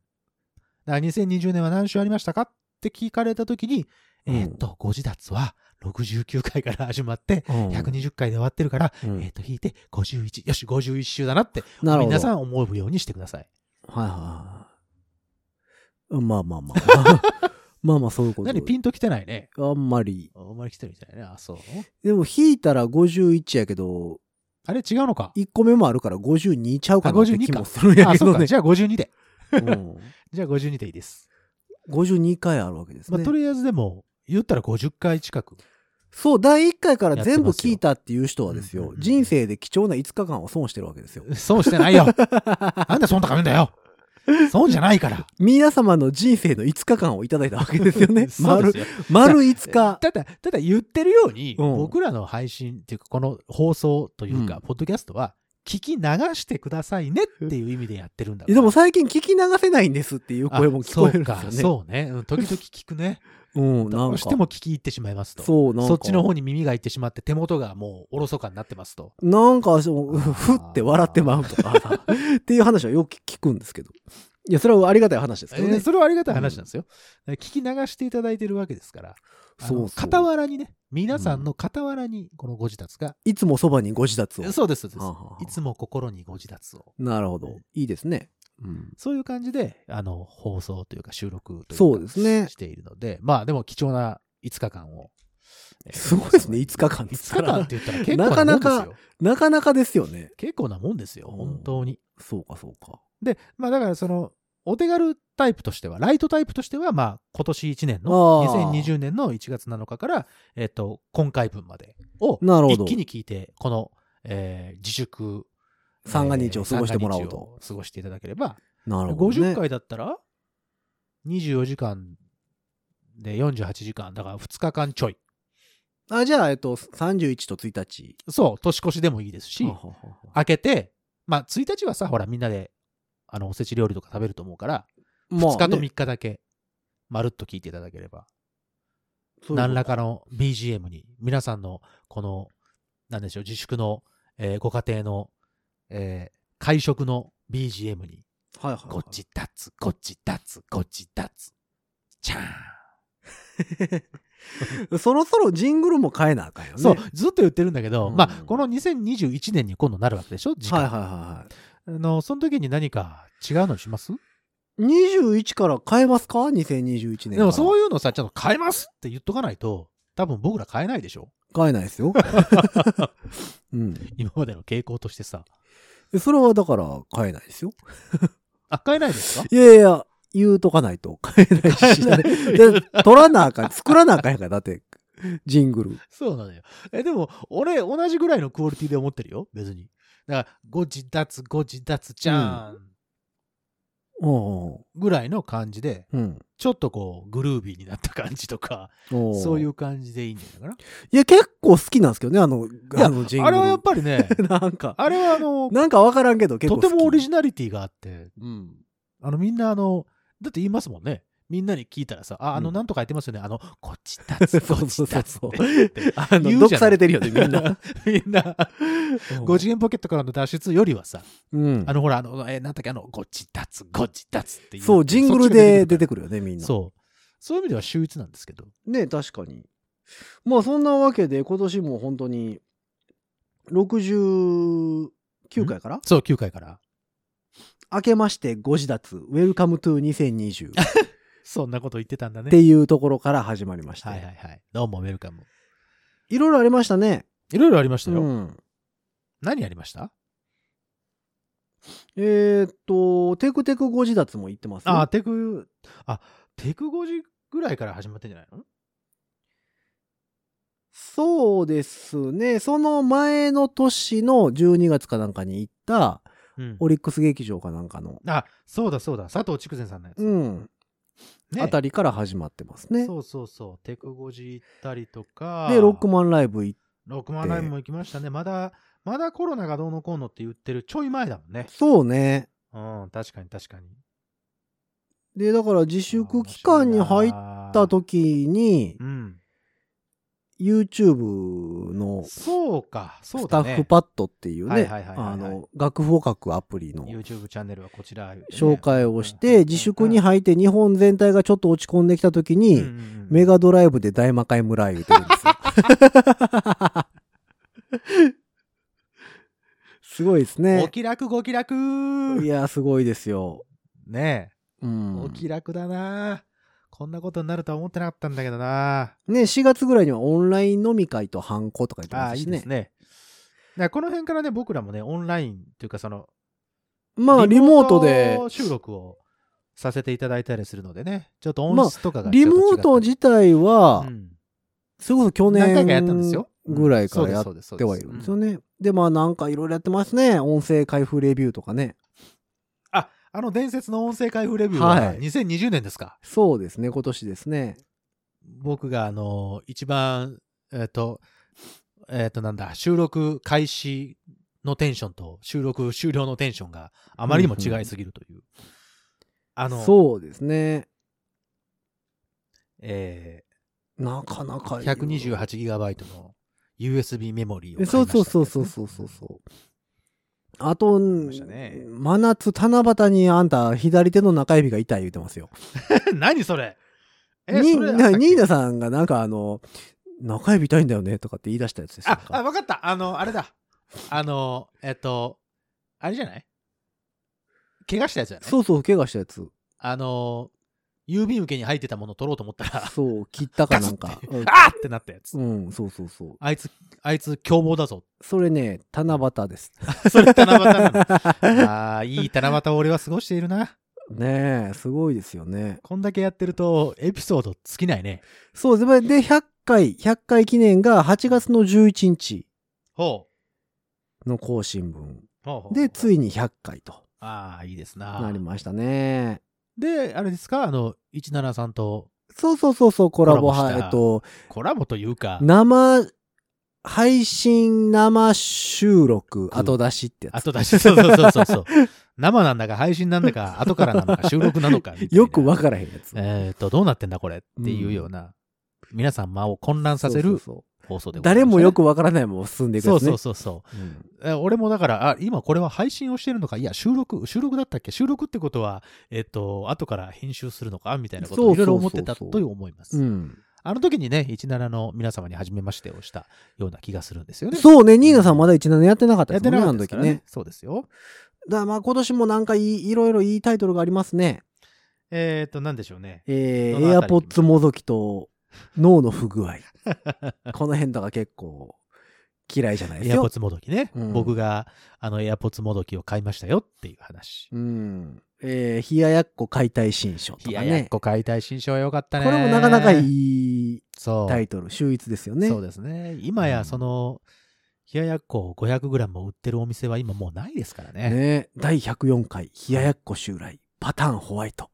Speaker 3: だから2020年は何週ありましたかって聞かれたときに、
Speaker 2: うん
Speaker 3: えーっと、ご自立は69回から始まって、
Speaker 2: うん
Speaker 3: 120回で終わってるから、
Speaker 2: うん
Speaker 3: えーっと、引いて51、よし、51週だなって、
Speaker 2: なるほど。
Speaker 3: 皆さん思うようにしてください。
Speaker 2: はいはいはいうん。まあまあま
Speaker 3: (laughs)
Speaker 2: あ。まあまあそういうこと。
Speaker 3: 何ピンときてないね。
Speaker 2: あんまり。
Speaker 3: あんまり来てるみたいね。あ、そう。
Speaker 2: でも引いたら51やけど、
Speaker 3: あれ違うのか。
Speaker 2: 1個目もあるから52ちゃうかなって
Speaker 3: あ52
Speaker 2: 気
Speaker 3: か
Speaker 2: もするんや
Speaker 3: あ、
Speaker 2: け
Speaker 3: そう
Speaker 2: ど
Speaker 3: か。
Speaker 2: ね。
Speaker 3: じゃあ52で。
Speaker 2: うん
Speaker 3: じゃあ52でいいです。
Speaker 2: 52回あるわけです
Speaker 3: まあ、
Speaker 2: ね
Speaker 3: と。りあえずでも、言ったら50回近く。
Speaker 2: そう、第1回から全部
Speaker 3: やってますよ
Speaker 2: 聞いたっていう人はです
Speaker 3: うん
Speaker 2: よ
Speaker 3: うん、うん
Speaker 2: 人生で貴重な5日間を損してるわけですよ。
Speaker 3: 損して (laughs) ないよ。なんでそんなか言うんだよ。損じゃないから。
Speaker 2: 皆様の人生の5日間をいただいたわけですよね。
Speaker 3: (laughs) そうで
Speaker 2: 丸
Speaker 3: す、よ
Speaker 2: 丸5日。
Speaker 3: ただ、ただ言ってるように、
Speaker 2: うん
Speaker 3: 僕らの配信っていうか、この放送という
Speaker 2: う
Speaker 3: か、
Speaker 2: ん
Speaker 3: ポッドキャストは、聞き流してくださいねって (laughs) いう意味でやってるんだ
Speaker 2: えでも最近聞き流せないんですっていう
Speaker 3: あ
Speaker 2: 声も聞こえるん
Speaker 3: そう
Speaker 2: で
Speaker 3: か、
Speaker 2: すよね。
Speaker 3: そうね。うん時々聞くね。
Speaker 2: うん、 (laughs) な
Speaker 3: ど
Speaker 2: ん
Speaker 3: う
Speaker 2: か。
Speaker 3: しても聞き入ってしまいますと。
Speaker 2: そう、なんか。
Speaker 3: そっちの方に耳がいってしまって、手元がもうおろそかになってますと。
Speaker 2: なんか、そうふって笑ってまうとか (laughs) さ、っていう話はよく聞くんですけど。いや、それはありがたい話ですけど
Speaker 3: え
Speaker 2: ね。
Speaker 3: ーそれはありがたい話なんですよ。だから聞き流していただいてるわけですから、あの
Speaker 2: そうそう
Speaker 3: 傍らにね、皆さんの傍らに、このご自立が、
Speaker 2: いつもそばにご自立を。
Speaker 3: そうです、そうです
Speaker 2: はあはあはあ
Speaker 3: いつも心にご自立を。
Speaker 2: なるほど。いいですね。うん
Speaker 3: そういう感じで、あの、放送というか収録というか
Speaker 2: そうですね。
Speaker 3: しているので、まあでも貴重な5日間を。えー
Speaker 2: すごいですね、5日間です
Speaker 3: 5
Speaker 2: か
Speaker 3: 日間っ
Speaker 2: ら。
Speaker 3: て言ったら結構なもんですよ。
Speaker 2: なかななかなかですよね。
Speaker 3: 結構なもんですよ、
Speaker 2: うん
Speaker 3: 本当に。
Speaker 2: そうか、そうか。
Speaker 3: で、まあだからその、お手軽タイプとしては、ライトタイプとしては、まあ、今年1年
Speaker 2: あ
Speaker 3: の、
Speaker 2: ー
Speaker 3: 2020年の1月7日から、えっ、と、今回分までを、
Speaker 2: なるほど
Speaker 3: 一気に聞いて、この、えー自粛、
Speaker 2: 三が日を過ごしてもらおう
Speaker 3: 三が
Speaker 2: と
Speaker 3: 日を過ごしていただければ、
Speaker 2: なるほど、ね。
Speaker 3: 50回だったら、24時間で48時間、だから2日間ちょい。
Speaker 2: あ、じゃあ、えっと、31と1日。
Speaker 3: そう、年越しでもいいですし、
Speaker 2: はははは
Speaker 3: 開けて、まあ、1日はさ、ほら、みんなで、あの、おせち料理とか食べると思うから、
Speaker 2: まあ
Speaker 3: 2日と
Speaker 2: ね
Speaker 3: 3日だけ、まるっと聞いていただければ、
Speaker 2: そういうこと
Speaker 3: 何らかの BGM に、皆さんの、この、なんでしょう、自粛の、えーご家庭の、えー会食の BGM に、
Speaker 2: はいはいはい
Speaker 3: こっち立つ、こっち立つ、こっち立つ、ちゃーん。
Speaker 2: そろそろジングルも変えなあかんよね。
Speaker 3: そう
Speaker 2: はい、
Speaker 3: ずっと言ってるんだけど、
Speaker 2: うん
Speaker 3: まあ、この2021年に今度なるわけでしょ、時
Speaker 2: はい
Speaker 3: 間。
Speaker 2: はいは
Speaker 3: あの、その時に何か違うのします
Speaker 2: い。21から変えますか ?2021 年から。
Speaker 3: でもそう
Speaker 2: いう。
Speaker 3: いうのさ、ちゃんと変えますって言っとかないと、多分僕ら変えないでしょ
Speaker 2: 変えないです
Speaker 3: (laughs)
Speaker 2: よ。うん。
Speaker 3: 今までの傾向としてさ。
Speaker 2: それはだから変えないですよ。
Speaker 3: あ、変えないですか
Speaker 2: いやいや、言うとかないと変えないし。
Speaker 3: 変えない
Speaker 2: で取らなあかん、作らなあかんやから、だって、ジングル。
Speaker 3: (laughs) そうなのよ。え、でも、俺、同じぐらいのクオリティで思ってるよ、別に。だから、ご自立、ご自立じゃーん、
Speaker 2: おう
Speaker 3: ぐらいの感じで、
Speaker 2: おううん。
Speaker 3: ちょっとこう、グルービーになった感じとか、
Speaker 2: お
Speaker 3: そういう
Speaker 2: う。
Speaker 3: 感じでいいんじゃないか
Speaker 2: いや、結構好きなんですけどね、あの、
Speaker 3: や
Speaker 2: あのジン
Speaker 3: な。
Speaker 2: グル。
Speaker 3: あれはやっぱりね、
Speaker 2: (laughs) なんか、
Speaker 3: あれはあ (laughs) の、
Speaker 2: なんかわからんけど、結
Speaker 3: と
Speaker 2: 構
Speaker 3: てもオリジ
Speaker 2: ナ
Speaker 3: ナリティがあって、
Speaker 2: ル。うん。
Speaker 3: あの、みんなあの、だって言いますもんね。みんなに聞いたらさ、あ、あの、
Speaker 2: うん
Speaker 3: なんとかやってますよね。あの、こっち立つ、
Speaker 2: (laughs) そ
Speaker 3: こっ
Speaker 2: うそう
Speaker 3: ち
Speaker 2: そう
Speaker 3: 立つ
Speaker 2: そ
Speaker 3: っ
Speaker 2: う
Speaker 3: て言っ
Speaker 2: (laughs)
Speaker 3: て。
Speaker 2: あの、
Speaker 3: 言うじゃない
Speaker 2: 毒されてるよね、みんな。
Speaker 3: (laughs) みんな、5次元ポケットからの脱出よりはさ、
Speaker 2: うん
Speaker 3: あ。の、ほら、あの、え、なんだっけ、あの、こっち立つ、こっち立つっていう。
Speaker 2: そう、ジングルで出
Speaker 3: く
Speaker 2: てくるよね、みん
Speaker 3: る
Speaker 2: な。
Speaker 3: そう。そういう意味では秀逸なんですけど。
Speaker 2: ね、確かに。まあ、そんなわけで、今年も本当に、69回から
Speaker 3: そう、9回から。
Speaker 2: 明けましてご自立、ウェルカムトゥ2020
Speaker 3: (laughs)
Speaker 2: っ
Speaker 3: そんなこと言ってたんだね。
Speaker 2: ていうところから始まりました。
Speaker 3: はいはいいはい。どうも、ウェルカム。
Speaker 2: ろいろありましたね。
Speaker 3: いろいろありました
Speaker 2: う
Speaker 3: よ。
Speaker 2: ん
Speaker 3: 何ありました
Speaker 2: えーっと、テクテクご自立も言ってますね。
Speaker 3: あ、テク、あ、テク5時ぐらいから始まってんじゃないの
Speaker 2: そうですね。その前の年の12月かなんかに行った、
Speaker 3: うん
Speaker 2: オリックス劇場かなんかの、
Speaker 3: あ、そうだそうだ。佐藤筑前さんのやつ。
Speaker 2: うん、
Speaker 3: ね
Speaker 2: あたりから始まってますね。
Speaker 3: そうそうそう。テクゴジ行ったりとか。
Speaker 2: で、ロックマンライブ行っ
Speaker 3: ロックマンライブも行きましたね。まだ、まだコロナがどうのこうのって言ってるちょい前だもんね。
Speaker 2: そうね。
Speaker 3: うん、確かに確かに。
Speaker 2: で、だから自粛期間に入っ。
Speaker 3: った
Speaker 2: 時に
Speaker 3: う、ん。
Speaker 2: YouTube のス
Speaker 3: そうか、そう
Speaker 2: タ
Speaker 3: だ
Speaker 2: ッ
Speaker 3: ね。
Speaker 2: フパッドっていう
Speaker 3: はい
Speaker 2: ね、
Speaker 3: はいはいはいはい
Speaker 2: あの、楽譜を書くアプリの
Speaker 3: YouTube チャンネルはこちら、
Speaker 2: 紹介をして、自粛に入って日本全体がちょっと落ち込んできた時
Speaker 3: り
Speaker 2: に、メガドライブで大魔界村言うてるん
Speaker 3: (laughs)
Speaker 2: ですよ。すごいです
Speaker 3: お
Speaker 2: ね。
Speaker 3: 気楽、ご気楽
Speaker 2: いや、すごいですよ。
Speaker 3: ね
Speaker 2: う
Speaker 3: え、
Speaker 2: ん
Speaker 3: お気楽だなこんなことになるとは思ってなかったんだけどな
Speaker 2: ね、4月ぐらいにはオンライン飲み会とハンコとか言って
Speaker 3: あ
Speaker 2: ま
Speaker 3: あ、
Speaker 2: す
Speaker 3: いい
Speaker 2: し
Speaker 3: で
Speaker 2: ね
Speaker 3: す。ね。だからこの辺からね、僕らもね、オンラインっていうか、その、
Speaker 2: まあ、リモートで、
Speaker 3: 収録をさせていただいたりするのでね、ちょっと
Speaker 2: まあ
Speaker 3: 音質とかが、
Speaker 2: リモート自体は、
Speaker 3: うん
Speaker 2: それこそ去
Speaker 3: 何回かやったんです
Speaker 2: 年
Speaker 3: よ。
Speaker 2: ぐらいか
Speaker 3: そう
Speaker 2: ら
Speaker 3: で
Speaker 2: や
Speaker 3: す
Speaker 2: っ
Speaker 3: そうですそう
Speaker 2: て
Speaker 3: で
Speaker 2: はい
Speaker 3: す
Speaker 2: るんですよね。で、まあなんかいろいろやってますね。音声開封レビューとかね。
Speaker 3: あ、あの伝説の音声開封レビューは
Speaker 2: はい
Speaker 3: 2020年ですか。
Speaker 2: そうですね、今年ですね。
Speaker 3: 僕があの、一番、えっ、と、えっ、となんだ、収録開始のテンションと収録終了のテンションがあまりにも違いすぎるという。あの、
Speaker 2: そうですね。
Speaker 3: え
Speaker 2: なかなか。
Speaker 3: ー、128GB の USB メモリーを買いました
Speaker 2: そうそうそうそうそうそうそう。あと、
Speaker 3: ましたね
Speaker 2: 真夏七夕にあんた左手の中指が痛い言うてますよ。
Speaker 3: (laughs) 何それえ、
Speaker 2: に
Speaker 3: それあったっけ
Speaker 2: なニーナさんがなんかあの、中指痛いんだよねとかって言い出したやつですよ
Speaker 3: あ、あ、わかった。あの、あれだ。あの、えっと、あれじゃない怪我したやつだね。
Speaker 2: そうそう、怪我したやつ。
Speaker 3: あの、郵便受けに入ってたものを取ろうと思ったら、
Speaker 2: そう、切ったかなんか。うん
Speaker 3: あーってなったやつ。
Speaker 2: うん、そうそうそう。
Speaker 3: あいつ、あいつ凶暴だぞ。
Speaker 2: それね、七夕です。
Speaker 3: (laughs) それ七夕なの。ああ、いい七夕を俺は過ごしているな。
Speaker 2: (laughs) ねえ、すごいですよね。
Speaker 3: こんだけやってると、エピソード尽きないね。
Speaker 2: そうですね。で、100回、100回記念が8月の11日
Speaker 3: ほ
Speaker 2: の更新分。
Speaker 3: う。ほうほう
Speaker 2: で、ついに100回と
Speaker 3: ああ、いいです
Speaker 2: な
Speaker 3: な
Speaker 2: り。ましたね。
Speaker 3: で、あれですか、あの、17さんと
Speaker 2: そうそうそうそう、コラボ
Speaker 3: コラボ
Speaker 2: は、
Speaker 3: した
Speaker 2: えっと、
Speaker 3: コラボというか、
Speaker 2: 生、配信生収録後出しってやつ。
Speaker 3: 後出し、そうそうそうそうそう。生なんだか、配信なんだか、後からなんだか、収録なのかみたいな。
Speaker 2: (laughs) よくわからへんやつ。
Speaker 3: えっ、と、どうなってんだこれっていうような、皆さん間を混乱させ
Speaker 2: そうそう
Speaker 3: る
Speaker 2: そう
Speaker 3: 放送でございま
Speaker 2: 誰
Speaker 3: す、
Speaker 2: もよくわからないまま進んでいく
Speaker 3: そ
Speaker 2: や
Speaker 3: う
Speaker 2: つね。
Speaker 3: そうそうそう。
Speaker 2: うん
Speaker 3: え俺もだから、あ、今これは配信をしてるのか、いや、収録、収録だったっけ収録ってことは、えっ、と、後から編集するのかみたいなこと
Speaker 2: そう
Speaker 3: をいろ
Speaker 2: そうそうそう
Speaker 3: いろ思ってたと思います。
Speaker 2: うん。
Speaker 3: あの時にね、17の皆様に初めましてをしたような気がするんですよね。
Speaker 2: そうね、ニーナさんまだ17やってなかった
Speaker 3: や
Speaker 2: で
Speaker 3: っ
Speaker 2: すも
Speaker 3: て
Speaker 2: んね、
Speaker 3: なか
Speaker 2: あ
Speaker 3: った
Speaker 2: の時
Speaker 3: ですからね
Speaker 2: ね。
Speaker 3: そうですよ。
Speaker 2: だからまあ今年もなんかいいろいろいいタイトルがありますね。
Speaker 3: えっ、と、なんでしょうね。
Speaker 2: え
Speaker 3: どの
Speaker 2: ー、エ
Speaker 3: あ
Speaker 2: ア
Speaker 3: たり
Speaker 2: ポッツもどきと脳の不具合。 (laughs) この辺とか結構嫌いじゃないで
Speaker 3: エ
Speaker 2: す
Speaker 3: アポ
Speaker 2: よ
Speaker 3: ッ。ツもどきね、
Speaker 2: うん
Speaker 3: 僕が、あの、エアポッツもどきを買いましたよっていう話。
Speaker 2: うん。えー、冷ややっこ解体新書と
Speaker 3: い
Speaker 2: か
Speaker 3: や、やっ
Speaker 2: ね。
Speaker 3: こ解体新書は良かった
Speaker 2: こ
Speaker 3: ね。
Speaker 2: れもなかなかい
Speaker 3: い。
Speaker 2: い
Speaker 3: そう。
Speaker 2: タイトル、秀逸ですよね
Speaker 3: そ。うですね。今や、その、冷ややっこ 500g を売ってるお店は今もうないですからね。
Speaker 2: ね第104回、冷ややっこ襲来、パターンホワイト。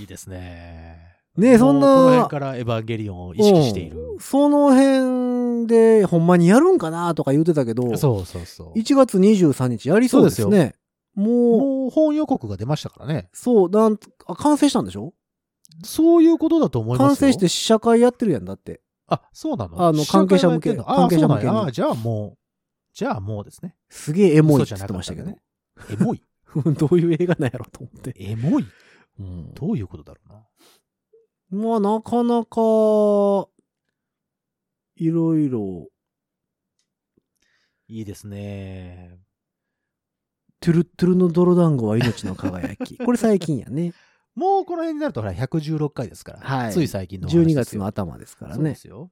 Speaker 3: いいですね。
Speaker 2: ねそんな
Speaker 3: もうこの辺からエヴァンゲリオンを意識している。
Speaker 2: うんその辺で、ほんまにやるんかなとか言ってたけど、
Speaker 3: そうそうそう。
Speaker 2: 1月23日やりそうです
Speaker 3: そうで
Speaker 2: ね。もう、
Speaker 3: もう本予告が出ましたからね。
Speaker 2: そう、なんあ完成したんでしょ
Speaker 3: そういうことだと思いますよ
Speaker 2: 完成して試写会やってるやんだって。
Speaker 3: あ、そうなの
Speaker 2: あの
Speaker 3: 試写会をやってんのあ
Speaker 2: 関係者向け関係者向
Speaker 3: そうなん
Speaker 2: けに
Speaker 3: やあじゃあもう、じゃあもうですね。
Speaker 2: すげえエモい
Speaker 3: 嘘
Speaker 2: っ
Speaker 3: じ
Speaker 2: て
Speaker 3: ゃ
Speaker 2: 言
Speaker 3: な
Speaker 2: ってましたけど。
Speaker 3: かったんだねエモい
Speaker 2: (laughs) どういう映画なんやろと思って。
Speaker 3: エモい
Speaker 2: うん
Speaker 3: どういうことだろうな。
Speaker 2: まあ、なかなか、いろいろ、
Speaker 3: いいですね。
Speaker 2: トゥルットゥルの泥団子は命の輝き。これ最近や
Speaker 3: (laughs)
Speaker 2: ね。
Speaker 3: もうこの辺になると、ほら、116回ですから。
Speaker 2: はい
Speaker 3: つい最近のお話
Speaker 2: 12
Speaker 3: で
Speaker 2: 月
Speaker 3: すよ
Speaker 2: の頭ですから
Speaker 3: そうで
Speaker 2: ね。
Speaker 3: すよ。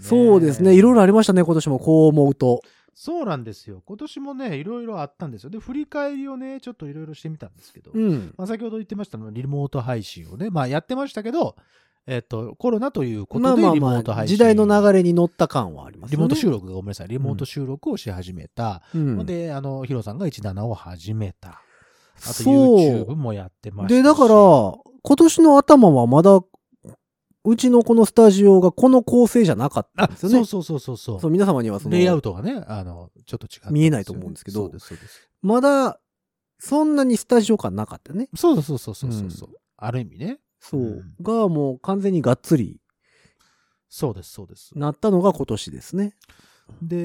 Speaker 2: そうですね。いろいろ
Speaker 3: あ
Speaker 2: ありましたね、今年も。こう思うと。
Speaker 3: そうなんですよ。今年もね、いろいろあったんですよ。で、振り返りをね、ちょっといろいろしてみたんですけど、
Speaker 2: うん。
Speaker 3: まあ、先ほど言ってましたの、リモート配信をね、まあやってましたけど、えっ、と、コロナというこ
Speaker 2: ま
Speaker 3: と
Speaker 2: あ
Speaker 3: で
Speaker 2: まあ
Speaker 3: リモ
Speaker 2: ま
Speaker 3: ート
Speaker 2: あ、
Speaker 3: 配信。
Speaker 2: 時代の流れに乗った感はありますよ
Speaker 3: リモ
Speaker 2: ね。
Speaker 3: ート収録がごめんなさい、リモート収録をし始めた。
Speaker 2: うん
Speaker 3: で、あの、ヒロさんが17を始めた。あと
Speaker 2: そう
Speaker 3: YouTube もやってましたし。
Speaker 2: で、だから、今年の頭はまだ、うちのこのスタジオがこの構成じゃなかった
Speaker 3: あ
Speaker 2: んですよ
Speaker 3: そう
Speaker 2: ね。
Speaker 3: そうそうそうそう。
Speaker 2: そう皆様にはその
Speaker 3: レイアウトがね、あの、ちょっと違ったんですよね
Speaker 2: 見えないと思うんですけど
Speaker 3: そうです、そうです。
Speaker 2: まだ、そんなにスタジオ感なかったよね。
Speaker 3: そうそうそうそうそうそう、ある意味ね。
Speaker 2: そう。
Speaker 3: うん
Speaker 2: が、もう完全にがっつり
Speaker 3: そうです、そうです。
Speaker 2: なったのが今年ですね。
Speaker 3: で、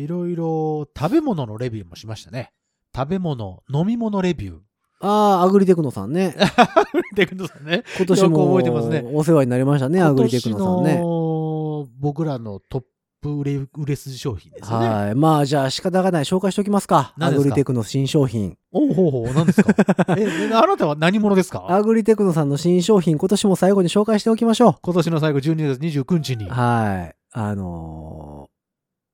Speaker 3: いろいろ食べ物のレビューもしましたね。食べ物、飲み物レビュー。
Speaker 2: (laughs) ああ、アグリテクノさん
Speaker 3: (laughs)
Speaker 2: ね。
Speaker 3: で、くださいね。
Speaker 2: 今年
Speaker 3: よく
Speaker 2: も
Speaker 3: 覚えてますね
Speaker 2: お世話になりましたね、アグリテクノさん
Speaker 3: 今年
Speaker 2: ね。
Speaker 3: の僕らのトップ売れ売れ筋商品ですよね。
Speaker 2: はい。まあ、じゃあ仕方がない。紹介しておきますか。
Speaker 3: 何
Speaker 2: ア
Speaker 3: です
Speaker 2: グ
Speaker 3: か
Speaker 2: リテクノ新商品。
Speaker 3: おうほうほう、
Speaker 2: (laughs)
Speaker 3: 何ですかえ、えあなたは何者ですか
Speaker 2: アグリテクノさんの新商品、今年も最後に紹介しておきましょう。
Speaker 3: 今年の最後、12月29日に。
Speaker 2: はい。あのー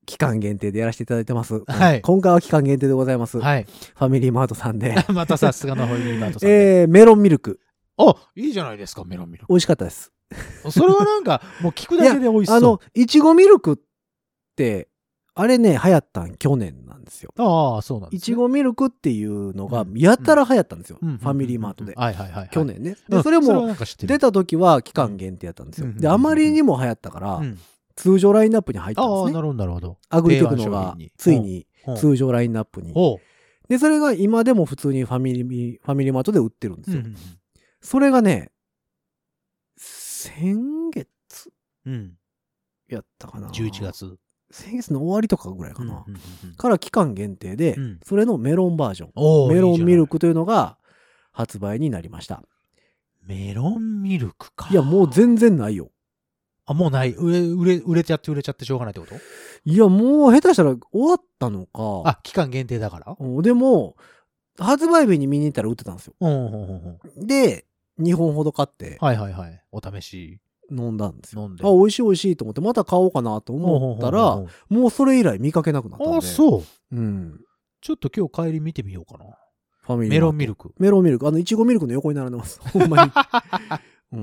Speaker 2: 期間限定でやらせていただいてます。
Speaker 3: はい
Speaker 2: 今回は期間限定でございます。
Speaker 3: はい。 (laughs)
Speaker 2: ファミリーマートさんで。
Speaker 3: またさすがのホイールバートさんで。
Speaker 2: えー、メロンミルク。
Speaker 3: あ、いいじゃないですか、メロンミル
Speaker 2: 美味しかったです。
Speaker 3: ク。それはなんか、もう聞くだけで美味しそう。
Speaker 2: あの、いちごミルクって、あれね、流行ったん去年なんですよ。
Speaker 3: ああ、そうなんで
Speaker 2: い
Speaker 3: すね、
Speaker 2: ちごミルクっていうのが
Speaker 3: う、ん
Speaker 2: やたら流行ったんですよ。
Speaker 3: うんうん
Speaker 2: ファミリーマートで。
Speaker 3: はいはいはいはい。
Speaker 2: 去年ね。
Speaker 3: うん。
Speaker 2: で、それ
Speaker 3: は
Speaker 2: も、
Speaker 3: なんか知ってる
Speaker 2: 出た時は期間限定やったんですよ。
Speaker 3: うん
Speaker 2: で、あまりにも流行ったか
Speaker 3: う
Speaker 2: ら、
Speaker 3: ん
Speaker 2: 通常ラインナップに入ったん
Speaker 3: ああ、
Speaker 2: ですね。
Speaker 3: なるほど、なるほど。
Speaker 2: アグリテクノ
Speaker 3: 定番商
Speaker 2: が
Speaker 3: 品に、
Speaker 2: ついに
Speaker 3: ほう
Speaker 2: 通常ラインナップに
Speaker 3: ほ
Speaker 2: で、それが今でも普通にファミリー、ファミリーマートで売ってるんで
Speaker 3: う
Speaker 2: す
Speaker 3: う
Speaker 2: よ。
Speaker 3: ん。
Speaker 2: それがね、先月
Speaker 3: うん。
Speaker 2: やったかな。
Speaker 3: 11。月。
Speaker 2: 先月の終わりとかぐらいかな。
Speaker 3: うんうんうん
Speaker 2: から期間限定で、
Speaker 3: うん
Speaker 2: それのメロンバージョン。
Speaker 3: おー
Speaker 2: メロ
Speaker 3: いいじ
Speaker 2: ン
Speaker 3: ゃない
Speaker 2: ミルクというのが発売になりました。
Speaker 3: メロンミルクか。
Speaker 2: いや、もう全然ないよ。
Speaker 3: あ、もうない。売れ、売れ、売れちゃって売れちゃってしょうがないってこと
Speaker 2: いや、もう下手したら終わったのか。
Speaker 3: あ、期間限定だから
Speaker 2: うんでも、発売日に見に行ったら売ってたんですよ。
Speaker 3: うんうんうんうん。
Speaker 2: で、2本ほど買って
Speaker 3: はいはいはい。お試し
Speaker 2: 飲んだんですよ。
Speaker 3: 飲んで。
Speaker 2: あ、美味しい美味しいと思って、また買おうかなと思ったら、
Speaker 3: ほうほうほうほ
Speaker 2: もうそれ以来見かけなくなったん
Speaker 3: う
Speaker 2: で。
Speaker 3: あ、そう。
Speaker 2: うん。
Speaker 3: ちょっと今日帰り見てみようかな。
Speaker 2: ファミリー
Speaker 3: メロンミ
Speaker 2: ルク。
Speaker 3: ルク。
Speaker 2: メロンミルク。あの、いちごミルクの横に並んで
Speaker 3: (laughs)
Speaker 2: ます。ほんまに。う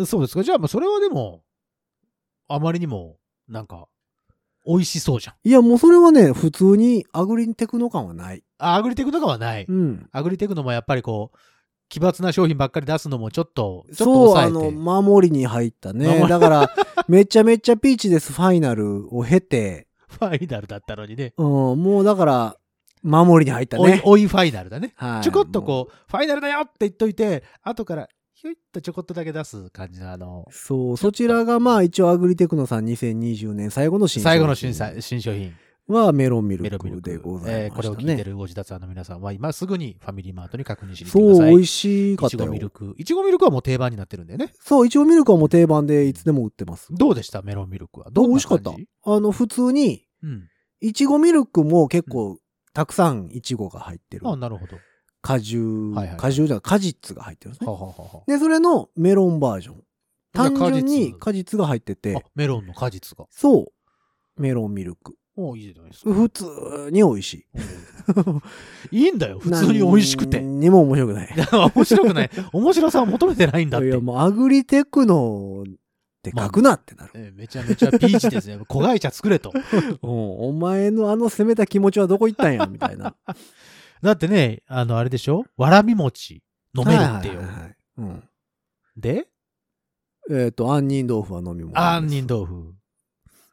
Speaker 2: ん。
Speaker 3: そうですか。じゃあ、まあそれはでも、あまりにも、なんか、美味しそうじゃん。
Speaker 2: いや、もうそれはね、普通にアグリテクノ感はない。
Speaker 3: あアグリテクとかはない。
Speaker 2: うん。
Speaker 3: アグリテクノもやっぱりこう、奇抜な商品ばっかり出すのもちょっと、ちょっと
Speaker 2: そう、あ
Speaker 3: 抑
Speaker 2: の、
Speaker 3: えて。
Speaker 2: 守りに入ったね。
Speaker 3: 守
Speaker 2: だ
Speaker 3: (laughs)
Speaker 2: から、めちゃめちゃピーチですファイナルを経て、
Speaker 3: ファイナルだったのにね。
Speaker 2: うん、もうだから、守りに入った
Speaker 3: おい
Speaker 2: ね。
Speaker 3: おいファイナルだね。
Speaker 2: はい
Speaker 3: ちょこっとこう、ファイナルだよって言っといて、後から、ひょいっとちょこっとだけ出す感じの、あの、
Speaker 2: うそう、そちらがまあ一応アグリテクノさん2020年最後の新
Speaker 3: 最後の新さ新商品、
Speaker 2: はメロンミ
Speaker 3: メ
Speaker 2: ル
Speaker 3: ロミル
Speaker 2: ク
Speaker 3: ク
Speaker 2: でござ
Speaker 3: え
Speaker 2: い
Speaker 3: ー
Speaker 2: ま
Speaker 3: これ
Speaker 2: し
Speaker 3: を
Speaker 2: た
Speaker 3: 聞いて
Speaker 2: ね。
Speaker 3: るご自宅さんの皆さんは、今すぐにファミリーマートに確認しに行ってくだ
Speaker 2: そ
Speaker 3: さ
Speaker 2: う、
Speaker 3: い。
Speaker 2: 美味しか
Speaker 3: い
Speaker 2: っ
Speaker 3: ち
Speaker 2: た
Speaker 3: ごミル
Speaker 2: よ。
Speaker 3: ク。いちごミルクはもう定番になってるんだよね。
Speaker 2: そう、いちごミルクはもう定番でいつでも売ってます。
Speaker 3: どうでしたメロンミルクは。
Speaker 2: ど
Speaker 3: どう
Speaker 2: う美味しかったあの、普通に、
Speaker 3: うん。
Speaker 2: いちごミルクも結構、たくさんいちごが入ってる。
Speaker 3: あ、なるほど。
Speaker 2: 果汁、
Speaker 3: はいはい
Speaker 2: 果汁じゃない果実が入ってるんですね。
Speaker 3: はははは。
Speaker 2: で、それのメロンバージョン。単純に
Speaker 3: じゃあ果
Speaker 2: 果実が入って
Speaker 3: 実
Speaker 2: て
Speaker 3: あ、、メロンの果実が。
Speaker 2: そう、メロンミルク。
Speaker 3: おいいじゃないですか。
Speaker 2: 普通に美味しい。
Speaker 3: いいんだよ。普通に美味しくて。
Speaker 2: 何にも面白く
Speaker 3: (laughs)
Speaker 2: ない。
Speaker 3: 面白くない。面白さを求めてないんだっ
Speaker 2: い
Speaker 3: て
Speaker 2: や、。もうアグリテクノって書くなってなる。
Speaker 3: えーめちゃめちゃピーチですね。 (laughs) 子会社作れと。
Speaker 2: うんお前のあの攻めた気持ちはどこ行ったんや、みたい
Speaker 3: (laughs)
Speaker 2: な。
Speaker 3: だってね、あの、あれでしょわらび餅飲めるってよ
Speaker 2: はい。はいはいうん
Speaker 3: で、
Speaker 2: えっ、と、杏仁豆腐は飲み物。
Speaker 3: 杏仁豆腐。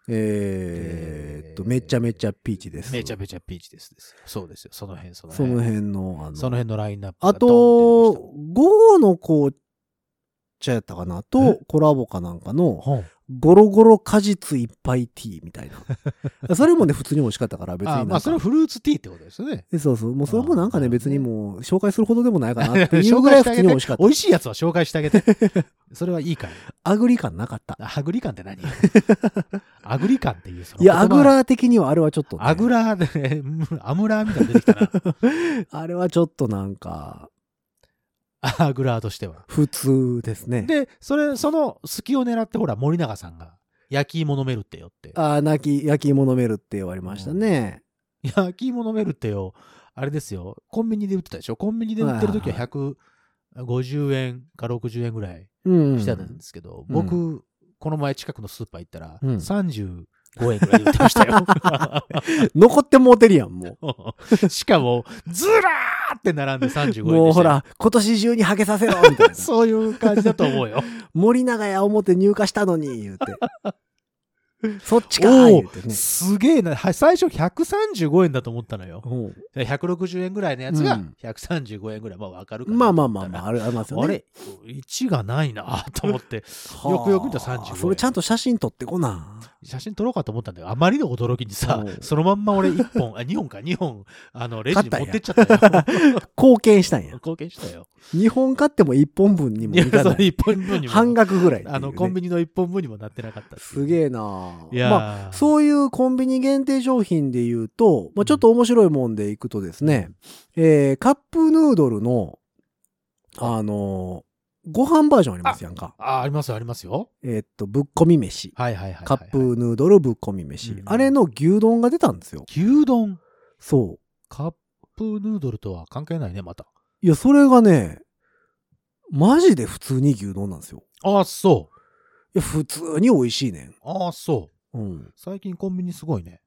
Speaker 2: えーっと、
Speaker 3: えー
Speaker 2: めちゃめちゃピーチです。
Speaker 3: めちゃめ
Speaker 2: ち
Speaker 3: ちゃピーチですですよ。そうですよ。その辺、その
Speaker 2: そ
Speaker 3: 辺。
Speaker 2: の辺の、あの、
Speaker 3: その辺のラインナップが
Speaker 2: あ
Speaker 3: ドン
Speaker 2: と、
Speaker 3: って出ま
Speaker 2: 午後の紅茶やったかなと
Speaker 3: え、
Speaker 2: コラボかなんかの
Speaker 3: した、ほん
Speaker 2: ゴロゴロ果実いっぱいティーみたい
Speaker 3: (laughs)
Speaker 2: な。それもね、普通に美味しかったから、別にな
Speaker 3: あ
Speaker 2: んか。
Speaker 3: まあそれはフルーツティーってことですよね。
Speaker 2: えそうそう。もうそれもなんか
Speaker 3: あ
Speaker 2: ね、
Speaker 3: ー
Speaker 2: 別にもう、紹介するほどでもないかなっていう
Speaker 3: (laughs) 紹
Speaker 2: ぐら
Speaker 3: 介
Speaker 2: い普通
Speaker 3: してあげ
Speaker 2: に
Speaker 3: て
Speaker 2: 美味しかった
Speaker 3: 美。味しいやつは紹介してあげて。 (laughs) それはいいから。
Speaker 2: アグリ感なかった。
Speaker 3: あアグリ感って (laughs) 何アグリ感っていうその
Speaker 2: いや、ア
Speaker 3: 言
Speaker 2: グ
Speaker 3: 葉
Speaker 2: ラー的にはあれはちょっとね、
Speaker 3: アグラで、アムラーみたいなの出てきた (laughs) な。
Speaker 2: あれはちょっとなんか、
Speaker 3: アグラーとしては。
Speaker 2: 普通ですね。
Speaker 3: で、それ、その隙を狙って、ほら、森永さんが、焼き芋飲めるってよって。
Speaker 2: ああ、泣き、焼き芋飲めるって言われましたね。
Speaker 3: 焼き芋飲めるってよ、あれですよ、コンビニで売ってたでしょコンビニで売ってる時は150円か60円ぐらい
Speaker 2: うん。
Speaker 3: してたんですけど、
Speaker 2: うん
Speaker 3: 僕、この前近くのスーパー行ったら、
Speaker 2: うん
Speaker 3: 35円ぐらいで売ってましたよ。
Speaker 2: (laughs) 残ってもうてるやん、も
Speaker 3: しかも、ずらーって並んで35円でした
Speaker 2: う。
Speaker 3: よ。
Speaker 2: もうほ。ら、今年中にハゲさせろみたいな
Speaker 3: (laughs) そういう感じだと思うよ。
Speaker 2: 森永や表入荷したのに、言うて。
Speaker 3: (laughs)
Speaker 2: そっちかー言うて (laughs) ね。
Speaker 3: すげえな。は最初135円だと思ったのよ。
Speaker 2: うん
Speaker 3: 160円ぐらいのやつが
Speaker 2: うん
Speaker 3: 135円ぐらい。まあわかるかな
Speaker 2: まあまあまあまあ、あれ、ありますよね。
Speaker 3: あれ、1がないなと思って、
Speaker 2: はあ
Speaker 3: よくよく見たら35円
Speaker 2: それちゃんと写真撮ってこな。
Speaker 3: 写真撮ろうかと思ったんだけど、あまりの驚きにさ
Speaker 2: う、ん
Speaker 3: そのまんま俺1本、あ、2本か、2本、あの、レジに持
Speaker 2: 買
Speaker 3: っ
Speaker 2: ったん
Speaker 3: てっ
Speaker 2: や
Speaker 3: ちゃったよ。
Speaker 2: 貢献したんや。
Speaker 3: (laughs) 貢献したよ。
Speaker 2: 日本買っても1本分にも
Speaker 3: いや、
Speaker 2: いか
Speaker 3: そ
Speaker 2: な
Speaker 3: れ
Speaker 2: い。
Speaker 3: 1本分にも。
Speaker 2: 半額ぐらい
Speaker 3: あの、コン
Speaker 2: ビ
Speaker 3: ビニの1本分にもなってなかったっていう
Speaker 2: すげえな。
Speaker 3: いやー
Speaker 2: まあそういうコンビニ限定商品で言うと、まあ、ちょっと面白いもんでいくとですね、えーカップヌードルの、あのーご飯バージョンありますやんか。
Speaker 3: あ、ありますよありますよ。
Speaker 2: えーっと、ぶっこみ飯。
Speaker 3: はいはいはいはいはい。
Speaker 2: カップヌードルぶっこみ飯、
Speaker 3: うん
Speaker 2: あれの牛丼が出たんですよ。
Speaker 3: 牛丼、
Speaker 2: そう。
Speaker 3: カップヌードルとは関係ないね、また。
Speaker 2: いや、それがね、マジで普通に牛丼なんですよ。
Speaker 3: ああ、そ
Speaker 2: いや、普通に美味しいね
Speaker 3: う。ああ、そう。
Speaker 2: ん。うん。
Speaker 3: 最近コンビニすごいね。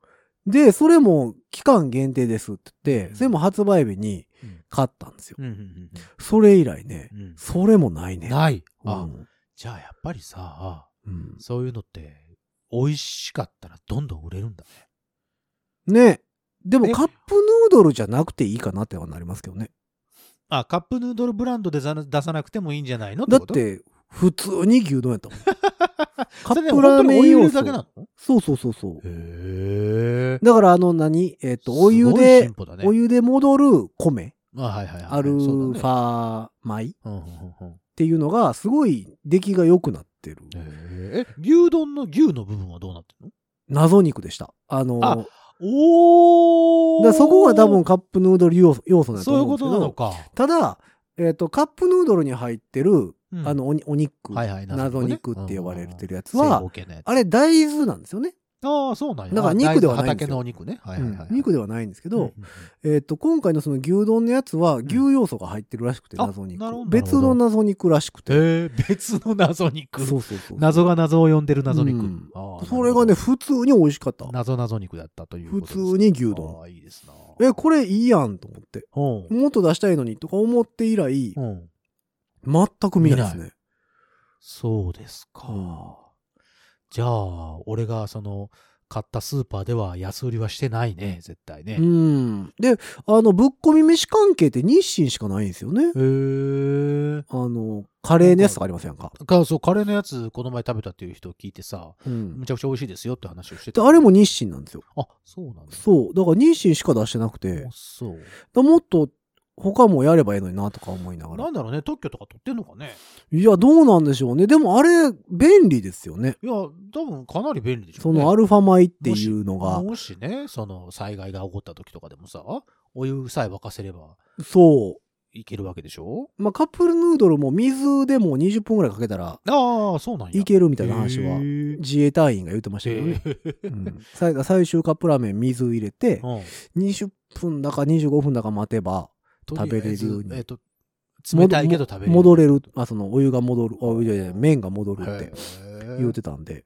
Speaker 2: で、それも期間限定ですって言っ
Speaker 3: う
Speaker 2: て、
Speaker 3: ん
Speaker 2: それも発売日に
Speaker 3: うん
Speaker 2: 買ったんですよ。
Speaker 3: うんうん
Speaker 2: それ以来ね、
Speaker 3: うん
Speaker 2: それもないね。
Speaker 3: ない。
Speaker 2: う
Speaker 3: あ、
Speaker 2: ん
Speaker 3: じゃあやっぱりさ、
Speaker 2: うん
Speaker 3: そういうのって、美味しかったらどんどん売れるんだね。
Speaker 2: ね。でも
Speaker 3: え
Speaker 2: カップヌードルじゃなくていいかなってはなりますけどね。
Speaker 3: あ、カップヌードルブランドでざ出さなくてもいいんじゃないの
Speaker 2: だっ
Speaker 3: こと、
Speaker 2: て、普通に牛丼やったもん。カ
Speaker 3: (laughs) それ
Speaker 2: ッ
Speaker 3: ね、
Speaker 2: プラーメン
Speaker 3: 本当にお湯入れ
Speaker 2: 要
Speaker 3: る
Speaker 2: 素
Speaker 3: だけなの
Speaker 2: そうそうそうそう。
Speaker 3: へえ。
Speaker 2: だからあの何、えっ、と、お湯
Speaker 3: すごい
Speaker 2: で
Speaker 3: 進、歩だね、
Speaker 2: お湯で戻る米、
Speaker 3: あ、はいはいはい。
Speaker 2: アル
Speaker 3: そ
Speaker 2: フ
Speaker 3: うだね
Speaker 2: ァ米っ
Speaker 3: うんうんうんうん
Speaker 2: ていうのが、すごい出来が良くなってる。
Speaker 3: へえ。え牛丼の牛の部分はどうなってるの
Speaker 2: 謎肉でした。あの、
Speaker 3: あお
Speaker 2: だからそこが多分カップヌードル要素要素だと
Speaker 3: そうい
Speaker 2: 思
Speaker 3: う
Speaker 2: うんですけ
Speaker 3: こと
Speaker 2: ど
Speaker 3: なのか。
Speaker 2: ただ、えっとカップヌードルに入ってる、
Speaker 3: うん
Speaker 2: あのおにお肉、
Speaker 3: はいはい
Speaker 2: 謎肉って呼ばれてるやつ
Speaker 3: 正
Speaker 2: は、
Speaker 3: 方形のやつ
Speaker 2: あれ大豆なんですよね
Speaker 3: ああ、そうなんや。
Speaker 2: だから肉ではないんですよ
Speaker 3: 畑のお肉ね。はいはいはいはい。
Speaker 2: うん肉ではないんですけ
Speaker 3: うんう
Speaker 2: ど
Speaker 3: ん、うん
Speaker 2: えっと、今回のその牛丼のやつは牛要素が入ってるらしくて、
Speaker 3: あ
Speaker 2: 謎肉
Speaker 3: なるほど。なるほ
Speaker 2: 別
Speaker 3: ど
Speaker 2: の謎肉らしくて。
Speaker 3: えー、別の謎肉。
Speaker 2: そうそうそう。
Speaker 3: 謎が謎を呼んでる謎肉。
Speaker 2: うん
Speaker 3: ああ
Speaker 2: それがね、、普通に美味しかった。
Speaker 3: 謎謎肉だったということですね
Speaker 2: 普通に牛丼
Speaker 3: ああ、いいですな。
Speaker 2: え、これいいやんと思って。
Speaker 3: ほう
Speaker 2: もっと出したいのにとか思って以来、
Speaker 3: うん。
Speaker 2: 全く見ないですね。
Speaker 3: そうですか。じゃあ、俺がその、買ったスーパーでは安売りはしてないね、絶対ね。
Speaker 2: う
Speaker 3: へ
Speaker 2: ん。で、あの、ぶっこみ飯関係って日清しかないんですよね。
Speaker 3: え。
Speaker 2: あの、カレーのやつとかありませんか。
Speaker 3: かそう、カレーのやつ、この前食べたっていう人を聞いてさ、
Speaker 2: うん。
Speaker 3: むちゃくちゃ美味しいですよって話をして
Speaker 2: で、
Speaker 3: た。
Speaker 2: あれも日清なんですよ。
Speaker 3: あ、そうなんだ。
Speaker 2: そう。だから日清しか出してなくて
Speaker 3: あ、そう。
Speaker 2: だもっと他もやればいいのになとか思いながら
Speaker 3: な。んだろうね、特許とか取ってんのかね。
Speaker 2: いや、どうなんでしょうね。でもあれ、便利ですよね。
Speaker 3: いや、多分かなり便利でしょ
Speaker 2: そのア
Speaker 3: る
Speaker 2: ルファ米っていうのが。
Speaker 3: もしね、その災害が起こった時とかでもさ、お湯さえ沸かせれば
Speaker 2: そ
Speaker 3: いけるわけでしょ
Speaker 2: う。まあ、カップルヌードルも水でも20分ぐらいかけたら
Speaker 3: ああ、そうなんや。
Speaker 2: いけるみたいな話
Speaker 3: へ
Speaker 2: は
Speaker 3: ー
Speaker 2: 自衛隊員が言ってましたけどね。うん最後最終カップラーメン水入れて、
Speaker 3: うん
Speaker 2: 20分だか25分だか待てば、食べれるように
Speaker 3: とりあえずえっと、冷たいけど食べれる。
Speaker 2: 戻れる。あ、そのお湯が戻る。お湯じゃない、麺が戻るって
Speaker 3: へー
Speaker 2: 言うてたんで。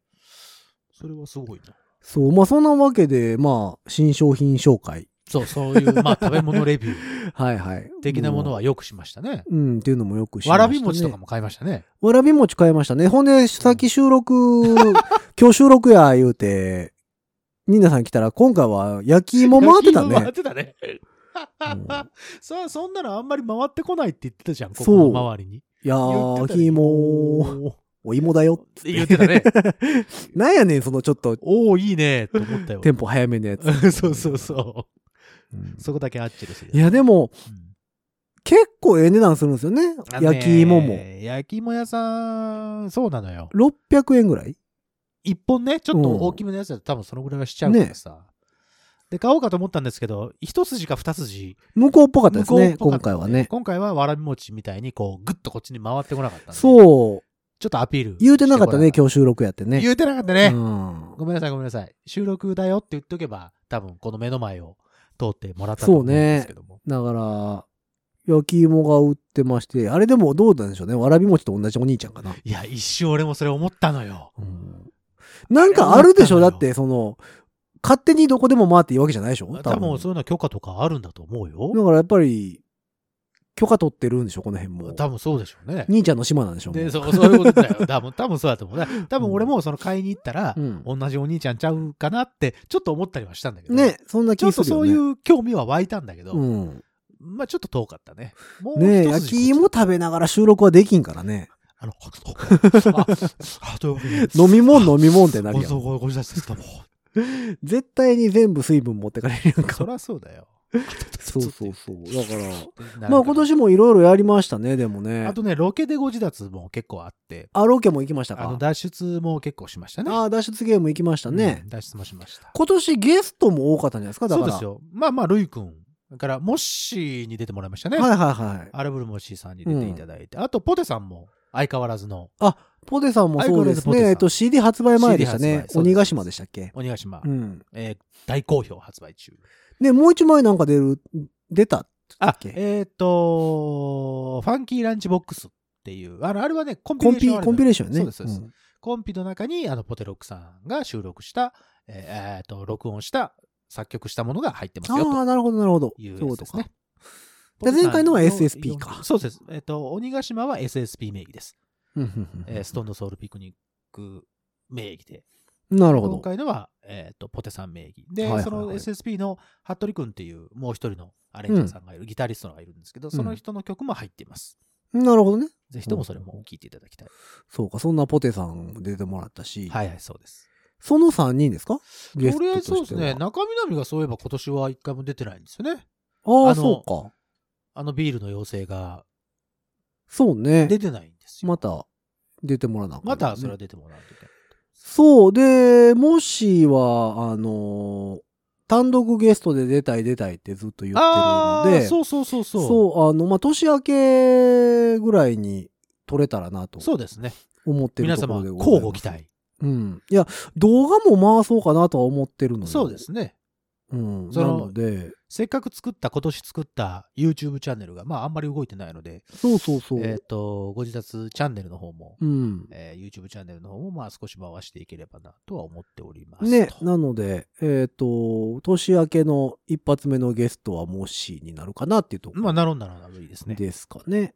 Speaker 3: それはすごいな。
Speaker 2: そう、まあそんなわけで、まあ、新商品紹介。
Speaker 3: そう、そういう、まあ、食べ物レビュー
Speaker 2: はいはい。
Speaker 3: 的なもの
Speaker 2: は。
Speaker 3: はよくしましたね。
Speaker 2: うん、っていうのもよく (laughs) しまし
Speaker 3: わ
Speaker 2: た、ね。
Speaker 3: らび餅とか。も買いましたね。
Speaker 2: わらび餅買いましたね。ほんで、さっき収録、
Speaker 3: (laughs)
Speaker 2: 今日収録や言うて、ニーナさん来たら、今回は焼き芋回ってた
Speaker 3: (laughs) 焼き芋回
Speaker 2: ね
Speaker 3: っ。てたね。
Speaker 2: ん
Speaker 3: さあ、 (laughs) そんなのあんまり回ってこないって言ってたじゃん、こ
Speaker 2: そ
Speaker 3: こ
Speaker 2: う
Speaker 3: の周りに。
Speaker 2: いや
Speaker 3: 言
Speaker 2: ー
Speaker 3: ってた
Speaker 2: 焼き芋、お芋だよ。
Speaker 3: って (laughs) 言ってたね。
Speaker 2: (laughs) なんやねん、そのちょっと、
Speaker 3: おお、いいね、と思った
Speaker 2: (laughs)
Speaker 3: よ。
Speaker 2: テンポ早めのやつ。
Speaker 3: (laughs) そうそうそう。
Speaker 2: うん
Speaker 3: そこだけあっちでする
Speaker 2: いや、でも、
Speaker 3: うん
Speaker 2: 結構ええ値段するんですよね。
Speaker 3: あのね
Speaker 2: 焼き芋も。
Speaker 3: 焼き芋屋さん、そうなのよ。
Speaker 2: 600円ぐらい
Speaker 3: 一本ね、ちょっと
Speaker 2: うん
Speaker 3: 大きめのやつだと多分そのぐらいはしちゃうからさ。で、買おうかと思ったんですけど、一筋か二筋。
Speaker 2: 向こうっぽかったですね、
Speaker 3: 向こう
Speaker 2: 今
Speaker 3: っぽか
Speaker 2: 回
Speaker 3: った
Speaker 2: は
Speaker 3: んで
Speaker 2: ね。
Speaker 3: 今回はわらび餅みたいに、こう、ぐっとこっちに回ってこなかったんで
Speaker 2: そう。
Speaker 3: ちょっとアピール。
Speaker 2: 言うてなかったね、今
Speaker 3: 日。
Speaker 2: 日収録やってね。
Speaker 3: 言うてなかったね。
Speaker 2: うん
Speaker 3: ごめんなさい、ごめんなさい。収録だよって言っとけば、多分この目の前を通ってもらったと思うんですけども。
Speaker 2: だから、焼き芋が売ってまして、あれでもどうなんでしょうね。わらび餅と同じお兄ちゃんかな。
Speaker 3: いや、一瞬俺もそれ思ったのよ。
Speaker 2: うんなんかあるでしょ
Speaker 3: あれ
Speaker 2: だ
Speaker 3: は
Speaker 2: って、その、勝手にどこでも回っていいわけじゃないでしょ
Speaker 3: 多分そういうのは許可とかあるんだと思うよ。
Speaker 2: だからやっぱり、許可取ってるんでしょこの辺も。
Speaker 3: 多分そうでしょうね。
Speaker 2: 兄ちゃんの島なんでしょも
Speaker 3: で
Speaker 2: う
Speaker 3: そうそういうことだよ。多分多分そうだと思う。だから多分俺もその買いに行ったら、
Speaker 2: うん
Speaker 3: 同じお兄ちゃんちゃうかなって、ちょっと思ったりはしたんだけど。
Speaker 2: ね、そんな
Speaker 3: ちょ
Speaker 2: 気
Speaker 3: っと
Speaker 2: する
Speaker 3: そ
Speaker 2: よ
Speaker 3: う
Speaker 2: ね。
Speaker 3: いう興味は湧いたんだけど、
Speaker 2: うん。
Speaker 3: まあちょっと遠かったね。もう
Speaker 2: ね
Speaker 3: 一筋
Speaker 2: 焼き芋食べながら収録はできんからね。
Speaker 3: あの、あ、あ、というわけで
Speaker 2: (laughs) 飲み物飲み物ってなる
Speaker 3: ご
Speaker 2: やん。
Speaker 3: ごご自宅ですかもう。
Speaker 2: 絶対に全部水分持ってかれるやん
Speaker 3: そ
Speaker 2: か。
Speaker 3: りゃそうだよ。
Speaker 2: そうそうそう。だから、
Speaker 3: ら
Speaker 2: まあ今年もいろいろやりましたね、でもね
Speaker 3: あ。とね、ロケでご自立も結構あって、
Speaker 2: あ、ロケも行きました
Speaker 3: あの
Speaker 2: か。
Speaker 3: 脱出も結構しましたね。
Speaker 2: ああ、脱出ゲーム行きましたね
Speaker 3: うん。脱出もしました。
Speaker 2: 今年ゲストも多かったんじゃないですかだか
Speaker 3: そ
Speaker 2: ら。
Speaker 3: うですよ。まあまあ、ルイ君から、モッシーに出てもらいましたね。
Speaker 2: はいはいはい。
Speaker 3: アラブルモッシーさんに出ていただいて、あと、ポテさんも相変わらずの
Speaker 2: ポテさんもそうです
Speaker 3: 相変わらずポテさ
Speaker 2: ね。
Speaker 3: ん
Speaker 2: えっと、CD 発売前でした
Speaker 3: CD
Speaker 2: ね
Speaker 3: 発売。そうです
Speaker 2: 鬼ヶ島でしたっけ
Speaker 3: 鬼ヶ島、
Speaker 2: うん。
Speaker 3: えー大好評発売中。
Speaker 2: ね、もう一枚なんか出る、出た
Speaker 3: あ
Speaker 2: っ、け
Speaker 3: えっ、と、ファンキーランチボックスっていう、あのあれはね、コンピ
Speaker 2: コ
Speaker 3: レ
Speaker 2: ン
Speaker 3: ーシ
Speaker 2: ピ、
Speaker 3: ョンあるのよ
Speaker 2: コンピレーションね。
Speaker 3: そうです、そうです。
Speaker 2: ん
Speaker 3: コンピの中に、あの、ポテロックさんが収録した、えーえーと、録音した、作曲したものが入ってますよ、
Speaker 2: ああ、
Speaker 3: と
Speaker 2: なるほど、なるほど。
Speaker 3: いうや
Speaker 2: そういうこ
Speaker 3: つで
Speaker 2: と
Speaker 3: す
Speaker 2: か
Speaker 3: ね。。
Speaker 2: で前回のは SSP か
Speaker 3: そうです。えっ、と、鬼ヶ島は SSP 名義です。
Speaker 2: うんうんうん
Speaker 3: えーストーンのソウルピクニック名義で、
Speaker 2: なるほ
Speaker 3: 今
Speaker 2: ど。
Speaker 3: 回のは、えー、とポテさん名義で、
Speaker 2: はいはいはい
Speaker 3: その SSP の服部君っていうもう一人のアレンジャーさんがいる、ギタリストがいるんですけど、その人の曲も入っています。
Speaker 2: なるほどね。
Speaker 3: ぜひともそれも聴いていただきたい。
Speaker 2: そうか、そんなポテさん出てもらったし、
Speaker 3: はいはい、そうです。
Speaker 2: その3人ですか
Speaker 3: と
Speaker 2: ゲスト
Speaker 3: りあえ
Speaker 2: と
Speaker 3: ずそうで
Speaker 2: し
Speaker 3: す
Speaker 2: て
Speaker 3: ね、
Speaker 2: は。
Speaker 3: 中南がそういえば今年は一回も出てないんですよね。
Speaker 2: あ
Speaker 3: あ
Speaker 2: あ、
Speaker 3: の
Speaker 2: そうか。
Speaker 3: あのビールの妖精が
Speaker 2: そうね。
Speaker 3: 出てないんですよ。
Speaker 2: また出てもらわなあかん
Speaker 3: ま
Speaker 2: ね
Speaker 3: たそれは出てもらうといけない。
Speaker 2: そう。で、もしは、あのー単独ゲストで出たい出たいってずっと言ってるの
Speaker 3: ああー、
Speaker 2: で、
Speaker 3: そうそうそうそう。
Speaker 2: そうあの、まあ、年明けぐらいに撮れたらなと
Speaker 3: そうですね。
Speaker 2: 思ってる
Speaker 3: 皆
Speaker 2: ところ
Speaker 3: 様、
Speaker 2: でござ
Speaker 3: 交
Speaker 2: います。
Speaker 3: 互期待。
Speaker 2: うん。いや、動画も回そうかなとは思ってるの
Speaker 3: そうで。すね。
Speaker 2: うん。
Speaker 3: そ
Speaker 2: な
Speaker 3: の
Speaker 2: ので、
Speaker 3: せっかく作った、今年作った YouTube チャンネルが、まあ、あんまり動いてないので、
Speaker 2: そうそうそう。
Speaker 3: えっ、と、ご自宅チャンネルの方も、
Speaker 2: うん。
Speaker 3: えー YouTube チャンネルの方も、まあ、少し回していければなとは思っております。
Speaker 2: ね、
Speaker 3: と
Speaker 2: なので、えっ、と、年明けの一発目のゲストはもしになるかなっていうとこ
Speaker 3: まあ、
Speaker 2: ろ
Speaker 3: なるんだならいいですね。
Speaker 2: ですかね。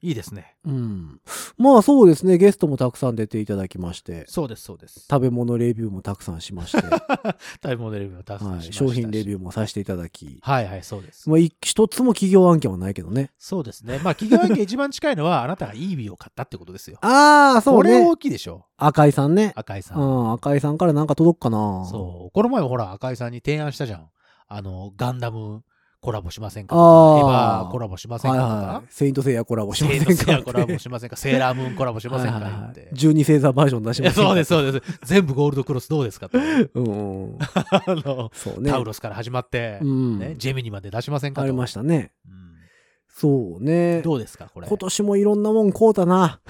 Speaker 3: いいですね。
Speaker 2: うん。まあそうですね、ゲストもたくさん出ていただきまして、
Speaker 3: そうです、そうです。
Speaker 2: 食べ物レビューもたくさんしま
Speaker 3: (laughs)
Speaker 2: して、は
Speaker 3: タイムモデルも達成しま
Speaker 2: い、
Speaker 3: したし
Speaker 2: 商品レビューもさせていただき、
Speaker 3: はいはい、そうです。
Speaker 2: まあい一つも企業案件はないけどね。
Speaker 3: そうですね。まあ、企業案件一番近いのは、あなたが EV を買ったってことですよ。
Speaker 2: ああ、そ
Speaker 3: こ
Speaker 2: う
Speaker 3: れ
Speaker 2: ね
Speaker 3: 大。きいでしょ、
Speaker 2: 赤井さんね。
Speaker 3: 赤井さ。
Speaker 2: うんん、赤井さんからなんか届くかな。
Speaker 3: そう。この前もほら、赤井さんに提案したじゃん。あの、ガンダムコラボしませんかと
Speaker 2: あー
Speaker 3: か、エヴァコラボしません
Speaker 2: は
Speaker 3: か
Speaker 2: い
Speaker 3: と
Speaker 2: は
Speaker 3: か
Speaker 2: い。、セイントセイヤコラボしません
Speaker 3: セイントセイ
Speaker 2: か
Speaker 3: ヤコラボしませんか、セーラームーンコラボしませんか
Speaker 2: はいはい
Speaker 3: 言
Speaker 2: は
Speaker 3: っ
Speaker 2: い
Speaker 3: て。
Speaker 2: 12星座バージョン出し
Speaker 3: い
Speaker 2: ま
Speaker 3: や
Speaker 2: せん。
Speaker 3: そうですす、そうです。全部ゴールドクロスどうで
Speaker 2: (laughs)
Speaker 3: すかと。あ
Speaker 2: うんうん。
Speaker 3: の、
Speaker 2: そうね。
Speaker 3: タウロスから始まって
Speaker 2: う、ん。
Speaker 3: ね、ジェミニまで出しませんか
Speaker 2: あり
Speaker 3: と
Speaker 2: ま。したね。
Speaker 3: うん
Speaker 2: そうね。
Speaker 3: どうですか、これ。
Speaker 2: 今年もいろんなもん買うたな。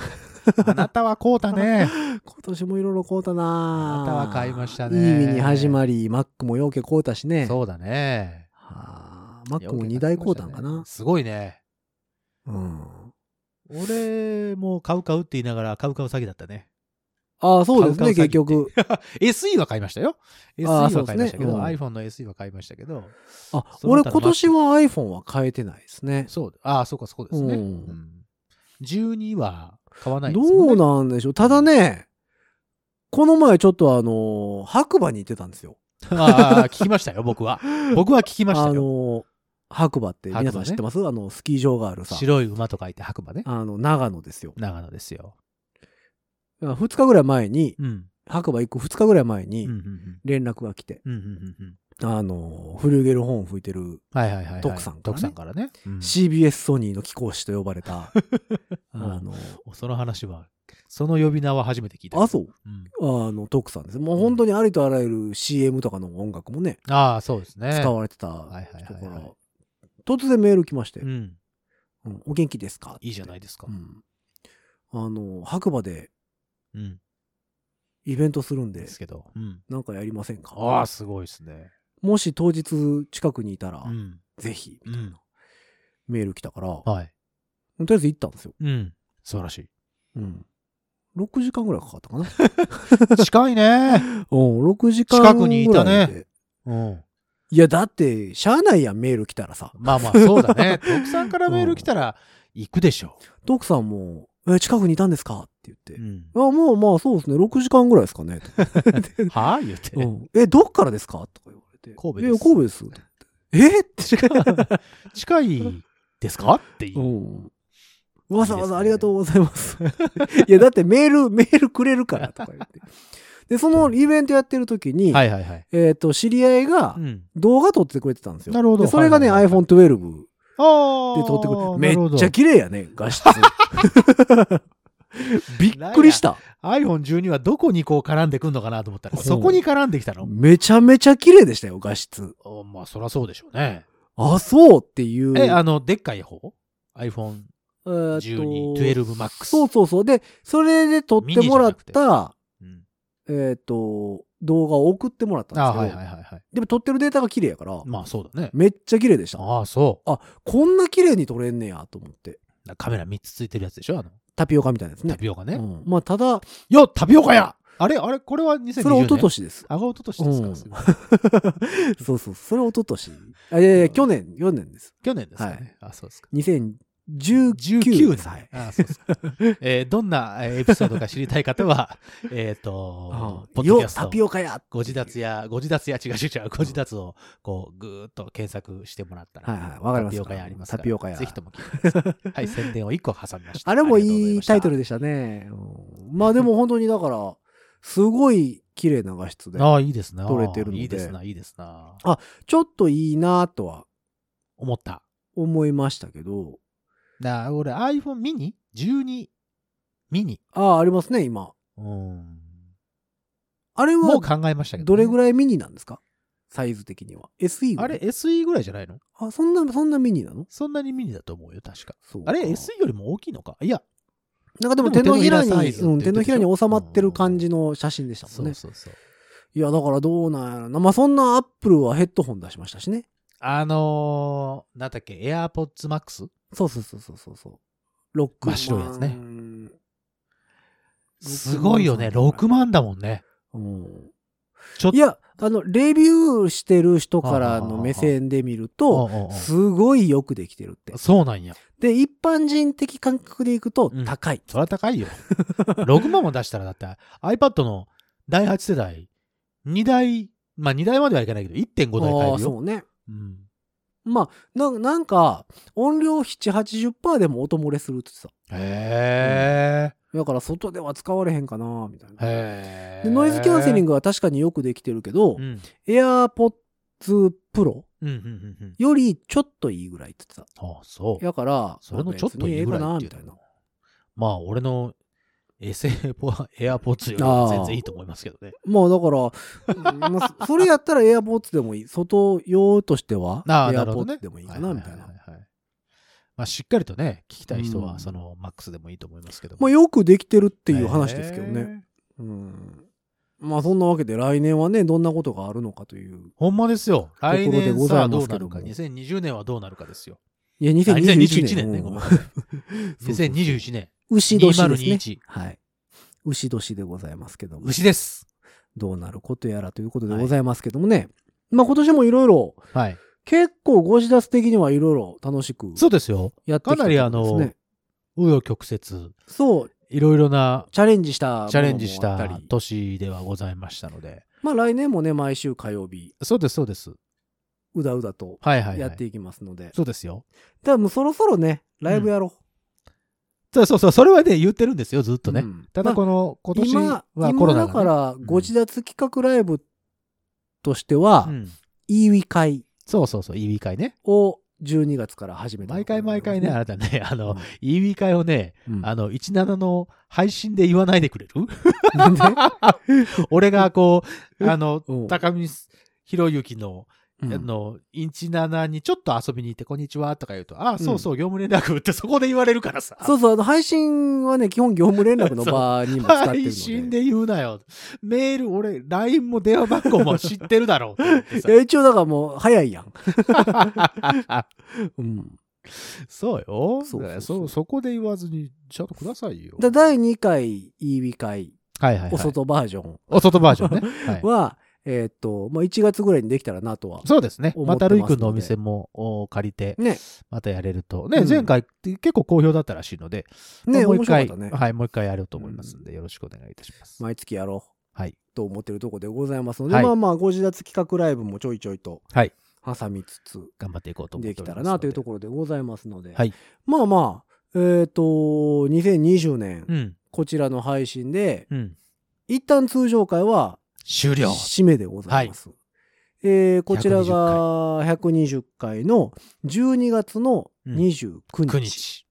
Speaker 2: (laughs)
Speaker 3: あなたはこうだね。
Speaker 2: 今年もいろいろ買うたな。
Speaker 3: あなたは買いました
Speaker 2: いい
Speaker 3: ね
Speaker 2: 意味に始まり、Mac もようけ買うたしね。
Speaker 3: そうだね。
Speaker 2: はあ Mac も2台買うたんかな。
Speaker 3: すごいね。
Speaker 2: うん。
Speaker 3: 俺も買う買うって言いながら買う買う詐欺だったね。
Speaker 2: ああ、そうです
Speaker 3: 買
Speaker 2: ね、
Speaker 3: う買
Speaker 2: 結
Speaker 3: う詐欺っ
Speaker 2: 局
Speaker 3: て。。SE は買いましたよ。SE
Speaker 2: あー
Speaker 3: は買いましたけど、
Speaker 2: そうです
Speaker 3: iPhone の SE は買いましたけど、
Speaker 2: あ、
Speaker 3: (laughs) その
Speaker 2: 俺
Speaker 3: 他の
Speaker 2: 今年は iPhone は変えてないですね。
Speaker 3: そう、ああ、そうか、そうですね。
Speaker 2: うん
Speaker 3: うん12は買わない
Speaker 2: ど
Speaker 3: ですもんね。
Speaker 2: うなんでしょう。ただね、この前ちょっとあのー、白馬に行ってたんですよ。
Speaker 3: ああ、聞きましたよ、僕は。僕は聞きまし
Speaker 2: あ
Speaker 3: たよ。
Speaker 2: のー、白馬って皆さ
Speaker 3: 白馬
Speaker 2: ん
Speaker 3: ね
Speaker 2: 知ってます、あの、スキー場があるさ、
Speaker 3: 白い馬と書いて白馬ね。
Speaker 2: あの、長野ですよ。
Speaker 3: 長野ですよ。
Speaker 2: 2日ぐらい前に、
Speaker 3: うん。
Speaker 2: 白馬行く2日ぐらい前
Speaker 3: うん
Speaker 2: に
Speaker 3: うんうん
Speaker 2: 連絡が来て、
Speaker 3: うんうんうんうん
Speaker 2: あのー、フルーゲルホーン吹いてる
Speaker 3: はいはいはいはい。
Speaker 2: 徳さんからね
Speaker 3: 徳さんからね。うん
Speaker 2: CBS ソニーの貴公子と呼ばれた、あ
Speaker 3: (laughs)
Speaker 2: のー、
Speaker 3: その話は、その呼び名は初めて聞いた。
Speaker 2: あ、そう
Speaker 3: うん
Speaker 2: あの、トークさんです。もう本当にありとあらゆる CM とかの音楽もね、
Speaker 3: ああ、そうですね。
Speaker 2: 使われてたと
Speaker 3: いはいはい
Speaker 2: こ
Speaker 3: はい
Speaker 2: ろ、突然メール来まして、
Speaker 3: うん。
Speaker 2: うんお元気ですか
Speaker 3: いいじゃない
Speaker 2: で
Speaker 3: です
Speaker 2: す
Speaker 3: か。
Speaker 2: あの、白馬で
Speaker 3: うん。
Speaker 2: イベントするん
Speaker 3: で、
Speaker 2: です
Speaker 3: けど。うん。
Speaker 2: なんかやりません
Speaker 3: ああ、
Speaker 2: か
Speaker 3: すごいですね。
Speaker 2: もし当日近くにいたら
Speaker 3: う、ん。
Speaker 2: ぜひ、
Speaker 3: う
Speaker 2: みたい
Speaker 3: ん
Speaker 2: な。メール来たから、と
Speaker 3: はい。
Speaker 2: りあえず行ったんですよ。
Speaker 3: うん。素晴らし
Speaker 2: うん。6時間ぐらいかか
Speaker 3: (laughs)
Speaker 2: ったかな。
Speaker 3: い。近いね。
Speaker 2: うん、6時間ぐらい
Speaker 3: 近くにいたね
Speaker 2: で。
Speaker 3: うん。
Speaker 2: いや、だって、しゃあないやん、メール来たらさ。
Speaker 3: まあまあ、そうだね。徳さんからメール来たら、行くでしょ
Speaker 2: トークさんも、え、近くにいたんですかって言って
Speaker 3: う。う。ん。
Speaker 2: あもうまあそうですね6時間ぐらいですかね、
Speaker 3: はあ言って。
Speaker 2: うん (laughs) えどっからですかとか言われて
Speaker 3: 神戸
Speaker 2: い
Speaker 3: です
Speaker 2: や神戸ですえって
Speaker 3: 近いですかっていうう。
Speaker 2: んわざわざありがとうございます。いや、だってメール、メールくれるからとか言
Speaker 3: (laughs)
Speaker 2: って。で、そのイベントやってる時に、
Speaker 3: はいはいはい。
Speaker 2: えっ、と、知り合いが
Speaker 3: うん。
Speaker 2: 動画撮ってくれてたんですよ。
Speaker 3: なるほど
Speaker 2: でそれがね、
Speaker 3: はいはいはい
Speaker 2: iPhone12
Speaker 3: ああ。
Speaker 2: で撮ってく
Speaker 3: な
Speaker 2: れ
Speaker 3: るほ
Speaker 2: て、め
Speaker 3: ど
Speaker 2: っちゃ綺麗やね、画質。 (laughs) びっくりした。
Speaker 3: iPhone12 はどこにこう絡んでくんのかなと思ったら、
Speaker 2: ほう
Speaker 3: そこに絡んできたの。
Speaker 2: めちゃめちゃ綺麗でしたよ、画質。
Speaker 3: あまあ、そりゃそうでしょうね。
Speaker 2: あ、そうっていう。
Speaker 3: え、あの、でっかい方 ?iPhone
Speaker 2: えーっと
Speaker 3: 12、12 Max。
Speaker 2: そうそうそう。で、それで撮ってもらった、
Speaker 3: うん。
Speaker 2: えーっと、動画を送ってもらったんです
Speaker 3: あ
Speaker 2: けど、
Speaker 3: はいはいはいはい。
Speaker 2: でも撮ってるデータが綺麗やから、
Speaker 3: まあ、そうだね。
Speaker 2: めっちゃ綺麗でした。
Speaker 3: ああ、そ
Speaker 2: こんな綺麗に撮れんねやと思って。
Speaker 3: う。カメラ3つついてるやつでしょあの、
Speaker 2: タピオカみたいなやつね
Speaker 3: タ。ピオカ
Speaker 2: う
Speaker 3: ね。
Speaker 2: んまあ、ただ、
Speaker 3: よっタピオカやあれあれこれは2020年。
Speaker 2: それは一昨。年です。
Speaker 3: あが一昨年ですか、
Speaker 2: うん
Speaker 3: すいません
Speaker 2: (laughs) そうそう、それは一昨年。あ、いやいや、
Speaker 3: うん
Speaker 2: 去年、去年です。
Speaker 3: 去年ですかね。あ、そうですか。
Speaker 2: 2019
Speaker 3: 年。
Speaker 2: 歳。
Speaker 3: あそうですか。えーどんなえーエピソードか知りたい方は、 (laughs) え
Speaker 2: う
Speaker 3: っ
Speaker 2: ん
Speaker 3: と、ポッドキ
Speaker 2: よ
Speaker 3: ャ、ス
Speaker 2: タ
Speaker 3: ト。
Speaker 2: ピオカや
Speaker 3: ご自立や、ご自立や、違う違う違う、ご自立を、こう、ぐーっと検索してもらったら、
Speaker 2: はいはいわかります
Speaker 3: タピオカ屋ありますから
Speaker 2: タピオカ屋
Speaker 3: ぜひとも聞いてください。はい、宣伝を1個挟みまし
Speaker 2: (laughs) (laughs)
Speaker 3: た。
Speaker 2: あれもいいタイトル
Speaker 3: で
Speaker 2: でしたね。うんまあでも本当にだから、すごい綺麗な画質で、
Speaker 3: ああ、いいですな。
Speaker 2: 撮れてるので
Speaker 3: いいですな、いいですな。
Speaker 2: ちょっといいなとは
Speaker 3: 思った。
Speaker 2: 思いましたけど、
Speaker 3: だ俺、iPhone mini? 12 mini?
Speaker 2: ああ、ありますね、今。
Speaker 3: うん。
Speaker 2: あれ
Speaker 3: も
Speaker 2: は
Speaker 3: う、考えましたけど、
Speaker 2: どれぐ
Speaker 3: い
Speaker 2: らいミニなんですかサイズ的には。SE ぐら
Speaker 3: あ
Speaker 2: い
Speaker 3: れ、SE ぐらいじゃないの
Speaker 2: あ、そんな、そんなミニなの
Speaker 3: そんなにミニだと思うよ、確か。
Speaker 2: そうか
Speaker 3: あれ、SE よりも大きいのかいや、
Speaker 2: なんかでも
Speaker 3: で
Speaker 2: 手
Speaker 3: も
Speaker 2: のひら
Speaker 3: 手のひらサイ
Speaker 2: に、
Speaker 3: ズって
Speaker 2: う
Speaker 3: 言っ
Speaker 2: ん、
Speaker 3: てた
Speaker 2: 手
Speaker 3: でしょ
Speaker 2: のひらに収まってる感じの写真でした
Speaker 3: そ
Speaker 2: もん
Speaker 3: う
Speaker 2: ね。
Speaker 3: そうそう。
Speaker 2: いや、だからどうなんやろな。まあ、そんなアップルはヘッドホン出しましたしね。
Speaker 3: あのー、なんだっけ、AirPods Max?
Speaker 2: そうそうそうそうそうそう。6万。
Speaker 3: 真っ白いやつね
Speaker 2: うん。
Speaker 3: すごいよね。6万だもんね。
Speaker 2: うん
Speaker 3: ちょっと
Speaker 2: いや、あの、レビューしてる人からの目線で見る
Speaker 3: お
Speaker 2: と、
Speaker 3: うおうおう
Speaker 2: すごいよくできてるって。
Speaker 3: そうなんや。
Speaker 2: で、一般人的感覚でいくと
Speaker 3: うん
Speaker 2: 高い。
Speaker 3: そりゃ高 (laughs) いよ。6万も出したらだって iPad の第8世代、2台、まあ2台まではいかないけど、1.5台
Speaker 2: あ
Speaker 3: 買え
Speaker 2: あ、
Speaker 3: るよ。
Speaker 2: そうね。
Speaker 3: うん、
Speaker 2: まあ、ななんか、音量7、80%でも音漏れするってさ。
Speaker 3: へ
Speaker 2: だから外では使われへんかな、みたい
Speaker 3: え。
Speaker 2: な。
Speaker 3: へえ。
Speaker 2: でノイズキャンセリング
Speaker 3: グ。
Speaker 2: は確かによくできてるけど
Speaker 3: う、ん。
Speaker 2: AirPods Pro
Speaker 3: うんうんうんうん。
Speaker 2: よりちょっといいぐらいって言って
Speaker 3: ああ、そう
Speaker 2: た。。だから、
Speaker 3: それのちょっといいぐらいってい
Speaker 2: まあ別にええ
Speaker 3: うの
Speaker 2: かなみ
Speaker 3: まあ俺の (laughs) AirPods よりは全然いいと思いますけどね。
Speaker 2: たいなまあだから、うんまあそれ (laughs) やったら AirPods でもいい。外用としては
Speaker 3: ああ、なるほどね。
Speaker 2: AirPods でもいいかな、みたい
Speaker 3: は
Speaker 2: な
Speaker 3: は。はははまあしっかりとね、聞きたい人
Speaker 2: う
Speaker 3: は
Speaker 2: ん
Speaker 3: その MAX でもいいと思いますけども。
Speaker 2: まあ
Speaker 3: っ
Speaker 2: よくできてるっていう話ですけどね。。うん。まあそんなわけで来年はね、どんなことがあるのかという。
Speaker 3: ほんまですよ。
Speaker 2: ろで
Speaker 3: 来年さあど
Speaker 2: ございますけど
Speaker 3: うなる
Speaker 2: も
Speaker 3: か。2020年はどうなるかですよ。
Speaker 2: いや、
Speaker 3: あ
Speaker 2: 2021
Speaker 3: 2021
Speaker 2: 年。
Speaker 3: 年ね、
Speaker 2: (laughs)
Speaker 3: ごめんなさい。
Speaker 2: 牛年で
Speaker 3: 2021年。
Speaker 2: すね。
Speaker 3: 2021
Speaker 2: はい。牛年でございますけども。
Speaker 3: 牛です。
Speaker 2: どうなることやらということでございますけどもね。まあ今年もいろいろ、
Speaker 3: はい。
Speaker 2: 結構ご自立的にはいろいろ楽しく
Speaker 3: そうですよ。
Speaker 2: やってきたところですね。
Speaker 3: かなりあの紆余曲折、
Speaker 2: そう、
Speaker 3: いろいろな
Speaker 2: チャレンジしたものもあったり。
Speaker 3: チャレンジした年ではございましたので。
Speaker 2: まあ来年もね、毎週火曜日、
Speaker 3: そうです、そうです。
Speaker 2: うだうだと
Speaker 3: はいはい、はい。
Speaker 2: やっていきますので。
Speaker 3: そうですよ。
Speaker 2: ただもうそろそろね、ライブやろ
Speaker 3: そうそうそう、それはね、言ってるんですよ、ずっ
Speaker 2: う。
Speaker 3: とね。
Speaker 2: うん
Speaker 3: ただ、この、今年はコロナが、ね。
Speaker 2: 今だから
Speaker 3: ん
Speaker 2: ご自立企画ライブとしては、
Speaker 3: うん
Speaker 2: いいウィ会
Speaker 3: そうそうそう、イー会ね。
Speaker 2: を12月から始めた、
Speaker 3: 毎回毎回ね、あなたね、あ
Speaker 2: う
Speaker 3: の
Speaker 2: ん、
Speaker 3: イー会をね、
Speaker 2: うん
Speaker 3: あの、17の配信で言わないでくれる
Speaker 2: (laughs) なんで
Speaker 3: 俺がこう、あの
Speaker 2: うん、
Speaker 3: 高見博之の、
Speaker 2: うん
Speaker 3: あの、インチ7にちょっと遊びに行って、こんにちはとか言うと、ああ、そうそう、業務連絡ってそこで言われるからさ。
Speaker 2: そうそう、あの配信はね、基本業務連絡の場にも使ってるので。
Speaker 3: 配信で言うなよ。メール、俺、LINE も電話番号も知ってるだろうと思ってさ
Speaker 2: いや一応だからもう早いやん。うん、
Speaker 3: (laughs) そうよ。
Speaker 2: そ
Speaker 3: そうう
Speaker 2: そうそう
Speaker 3: そこで言わずに、ちゃんとくださいよ。
Speaker 2: だ第2回 EV 会、
Speaker 3: はいはい、はい。
Speaker 2: お外バージョン
Speaker 3: お外バージョンね。はい、
Speaker 2: は、えーっと、まあ、1月ぐらいにできたらなとは。
Speaker 3: そうですね。
Speaker 2: 思っ
Speaker 3: ま
Speaker 2: てますので
Speaker 3: たるいくんのお店もお借りて、
Speaker 2: ね、
Speaker 3: またやれると。ね、
Speaker 2: うん
Speaker 3: 前回って結構好評だったらしいので、
Speaker 2: ね、
Speaker 3: もう
Speaker 2: 面
Speaker 3: 一
Speaker 2: 白かっ
Speaker 3: 回、
Speaker 2: たね。
Speaker 3: はい、もう一回やると思いますんで、よろしくお願いいたします。
Speaker 2: 毎月やろう。
Speaker 3: はい。
Speaker 2: と思ってるとこでございますので、
Speaker 3: はい
Speaker 2: まあまあ、ご自立企画ライブもちょいちょいと
Speaker 3: はい。
Speaker 2: 挟みつつ、
Speaker 3: 頑張っていこうと思
Speaker 2: で
Speaker 3: って
Speaker 2: き
Speaker 3: おり
Speaker 2: た
Speaker 3: ます
Speaker 2: ら
Speaker 3: の
Speaker 2: な
Speaker 3: で
Speaker 2: というところでございますので、
Speaker 3: はい
Speaker 2: まあまあ、えっ、と、2020年、
Speaker 3: うん。
Speaker 2: こちらの配信で、
Speaker 3: うん。
Speaker 2: 一旦通常回は
Speaker 3: 終了。
Speaker 2: 締めでございます。えーこちらが120回の12月の29日
Speaker 3: 9日。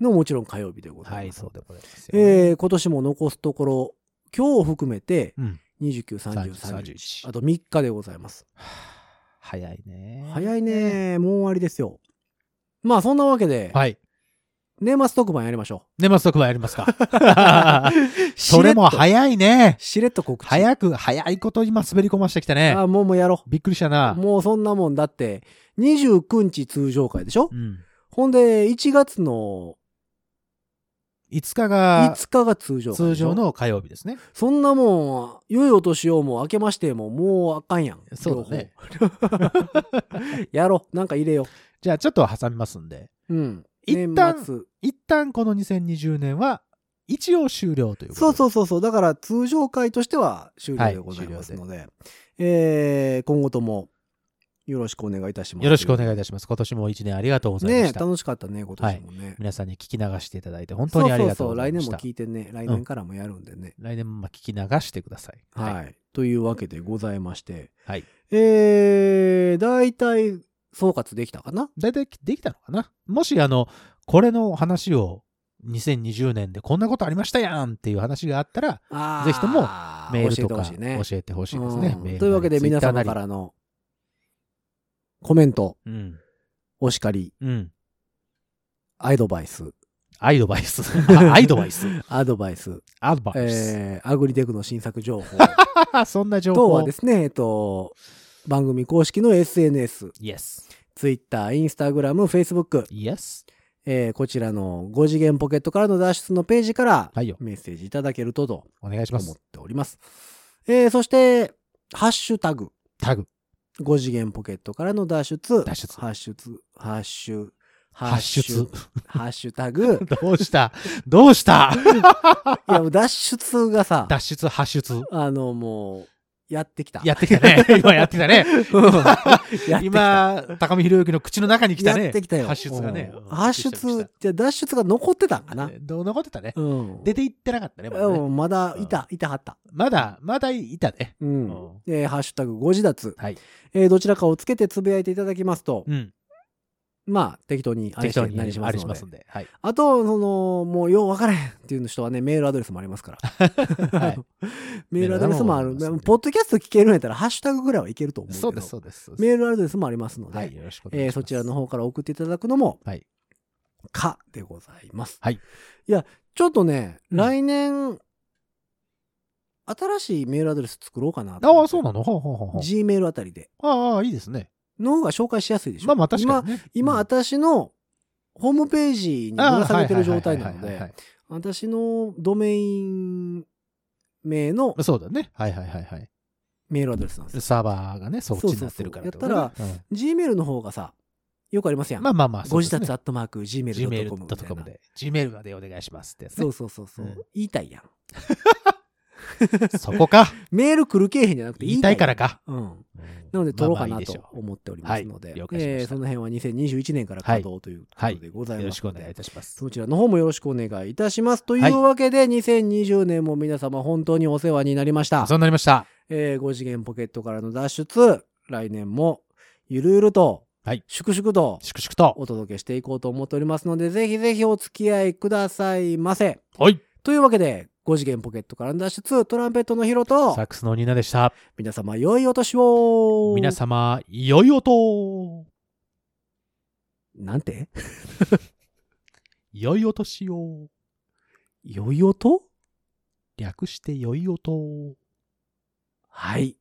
Speaker 2: のもちろん火曜日でござ
Speaker 3: はいい、
Speaker 2: ます。
Speaker 3: そうでございますよ。
Speaker 2: えー今年も残すところ、今日を含めて
Speaker 3: うん。
Speaker 2: 29、30、31、
Speaker 3: 31
Speaker 2: あ。と3日でございます。
Speaker 3: 早いね。
Speaker 2: 早い。ね。もう終わりですよ。まあそんなわけで、
Speaker 3: はい。
Speaker 2: 年末特番やりましょ
Speaker 3: 年末特番やりま
Speaker 2: (laughs)
Speaker 3: すか (laughs)
Speaker 2: う。
Speaker 3: それ
Speaker 2: しれっ
Speaker 3: も
Speaker 2: と
Speaker 3: 早いね。
Speaker 2: しれっと告知。
Speaker 3: 早く、早いこと今滑り込ましてきたね
Speaker 2: あ。もうもうやろ
Speaker 3: びっくりした
Speaker 2: う。
Speaker 3: な。
Speaker 2: もうそんなもんだって、29日通常会でしょ、
Speaker 3: うん。
Speaker 2: ほんで、1月の
Speaker 3: 5日が
Speaker 2: 5日が通常会でしょ
Speaker 3: 通常。の火曜日ですね。
Speaker 2: そんなもん、良いお年をもう明けましてももうあかんやん。
Speaker 3: そうだね。
Speaker 2: 両方。やろう。なんか入れよ
Speaker 3: じゃあちょっと挟みますんで。
Speaker 2: う。うん。
Speaker 3: 一旦
Speaker 2: 年末。
Speaker 3: 一旦この2020年は一応終了ということ
Speaker 2: そう
Speaker 3: う。
Speaker 2: そうそうそう。だから通常会としては終了でございますので、えー今後ともよろしくお願いいたします。
Speaker 3: よろしくお願いい
Speaker 2: した
Speaker 3: します。今年も一年ありがとうございま
Speaker 2: ね
Speaker 3: し
Speaker 2: え
Speaker 3: た。
Speaker 2: 楽しかったね、今年もね。
Speaker 3: 皆さんに聞き流していただいて本当にありがとうございまし
Speaker 2: そうそうそう、来年も
Speaker 3: た。
Speaker 2: 聞いてね、来年からもやるんでね。
Speaker 3: 来年もまあ聞き流してください。
Speaker 2: はい、というわけでございまして、
Speaker 3: はい。
Speaker 2: えー、大体総括できたかな
Speaker 3: 大体できたのかなもしあの、これの話を2020年でこんなことありましたやんっていう話があったら、
Speaker 2: あー
Speaker 3: ぜひともメール
Speaker 2: 教え
Speaker 3: と
Speaker 2: てほ
Speaker 3: か
Speaker 2: しいね。
Speaker 3: 教えてほしいですね
Speaker 2: うん。
Speaker 3: メールなり
Speaker 2: というわけで皆様
Speaker 3: Twitter
Speaker 2: か
Speaker 3: なり
Speaker 2: らのコメント、
Speaker 3: うん。
Speaker 2: お叱り、
Speaker 3: うん。
Speaker 2: アドバイス、
Speaker 3: アイドバイ
Speaker 2: (laughs)
Speaker 3: ス。あアイドバイス。
Speaker 2: アドバイス。
Speaker 3: アドバイス。
Speaker 2: えー、アグリテクの新作情
Speaker 3: (laughs)
Speaker 2: 報
Speaker 3: そんな情
Speaker 2: 等
Speaker 3: 報
Speaker 2: はですね、えっと、番組公式の SNS、
Speaker 3: Yes.
Speaker 2: Twitter、Instagram、Facebook、
Speaker 3: Yes.
Speaker 2: えーこちらの5次元ポケットからの脱出のページから
Speaker 3: はいよ。
Speaker 2: メッセージいただけるとと
Speaker 3: お願いしま
Speaker 2: 思っ
Speaker 3: す。
Speaker 2: ております。えーそして、ハッシュタグ、
Speaker 3: タグ。
Speaker 2: 5次元ポケットからの脱出、
Speaker 3: 脱出
Speaker 2: ハッシュツ、ハッシュ、
Speaker 3: 発出。。
Speaker 2: ハッシュタグ、
Speaker 3: (laughs) どうしたどうした
Speaker 2: いや、もう脱出がさ、
Speaker 3: 脱出、発出。
Speaker 2: あの、もう、やってきた。
Speaker 3: やってきたね。 (laughs) 今やってきた
Speaker 2: (laughs)
Speaker 3: ね。
Speaker 2: うんやってきた。
Speaker 3: 今、高見博之の口の中に来たね。
Speaker 2: やってきたよ。
Speaker 3: 発出がね
Speaker 2: うん。
Speaker 3: うん
Speaker 2: 発出、じゃ脱出が残ってたんかな。
Speaker 3: どう残ってたね。
Speaker 2: うん。
Speaker 3: 出て行ってなかったね。まだね
Speaker 2: うんまだいた、いたはった。
Speaker 3: まだ、まだいたね。
Speaker 2: う。
Speaker 3: うんん
Speaker 2: えーハッシュタグ5時脱、
Speaker 3: はい。
Speaker 2: えーどちらかをつけてつぶやいていただきますと、
Speaker 3: うん。
Speaker 2: まあ、適当にあれ
Speaker 3: 適
Speaker 2: して
Speaker 3: 当に
Speaker 2: 何しま
Speaker 3: あ
Speaker 2: す
Speaker 3: れ
Speaker 2: の
Speaker 3: し
Speaker 2: で
Speaker 3: ますんで。はい。
Speaker 2: あと、その、もうよう分からへんっていう人はね、メールアドレスもありますから。
Speaker 3: (laughs) はい
Speaker 2: (laughs) メールアドレスもある。
Speaker 3: メールアドレスもありますんで
Speaker 2: ポッドキャスト聞けるんやったら、ハッシュタグぐらいはいけると思うけど。
Speaker 3: そうです、そうです。そうです
Speaker 2: メールアドレスもありますので、
Speaker 3: はい。よろしくお願い
Speaker 2: え
Speaker 3: し
Speaker 2: ー
Speaker 3: ます。
Speaker 2: そちらの方から送っていただくのも、
Speaker 3: はい
Speaker 2: かでございます。
Speaker 3: はい。
Speaker 2: いや、ちょっとね、
Speaker 3: うん
Speaker 2: 来年、新しいメールアドレス作ろうかなと
Speaker 3: あ
Speaker 2: 思
Speaker 3: あ、
Speaker 2: って
Speaker 3: そうなのほうほうほうほう。
Speaker 2: G メールあたりで。
Speaker 3: ああ、いいですね。
Speaker 2: の方が紹介しやすいでしょ。
Speaker 3: まあまあ確かにね。
Speaker 2: 今、今
Speaker 3: うん
Speaker 2: 私のホームページにぶら下げてる状態なの
Speaker 3: あーはいはいはいはい
Speaker 2: で、
Speaker 3: は
Speaker 2: 私のドメイン名の
Speaker 3: いそうだね。はいはいはいはい。
Speaker 2: メールアドレスなんですよ。
Speaker 3: サーバーがね、そっちになってるからってことね。
Speaker 2: そうそう
Speaker 3: ら、
Speaker 2: G メールの方がさ、よくありますやん。
Speaker 3: まあまあまあ、
Speaker 2: ご自宅アットマーク Gmail.com みたい
Speaker 3: Gmail.com
Speaker 2: な。
Speaker 3: で。Gmail までお願いしますってやつ
Speaker 2: そ
Speaker 3: ね
Speaker 2: う。そうそうそう、
Speaker 3: うん
Speaker 2: 言いたいやん。
Speaker 3: そこか。
Speaker 2: メール来るけえへんじゃなくて
Speaker 3: 言いたいからか。
Speaker 2: ら。うん。
Speaker 3: うん
Speaker 2: なので、撮ろうか
Speaker 3: まあまあ
Speaker 2: ない
Speaker 3: いでし
Speaker 2: と
Speaker 3: ょう
Speaker 2: 思っておりますので、
Speaker 3: はい了解しました
Speaker 2: えーその辺は2021年から稼働ということでございますので、
Speaker 3: よろしくお願いいたします。
Speaker 2: そちらの方もよろしくお願いいたします。というわけで、2020年も皆様本当にお世話になりました。
Speaker 3: そうなりました。
Speaker 2: え5次元ポケットからの脱出、来年もゆるゆると、
Speaker 3: はい
Speaker 2: 粛々と
Speaker 3: 粛々と。
Speaker 2: お届けしていこうと思っておりますので、ぜひぜひお付き合いくださいませ。
Speaker 3: はい。
Speaker 2: というわけで、5次元ポケットからの脱出、トランペットのヒロと、
Speaker 3: サックスのニーナでした。
Speaker 2: 皆様良いお年を
Speaker 3: 皆様、良い音
Speaker 2: なんて
Speaker 3: 良いお年を。
Speaker 2: 良い音
Speaker 3: 略して良い音
Speaker 2: はい。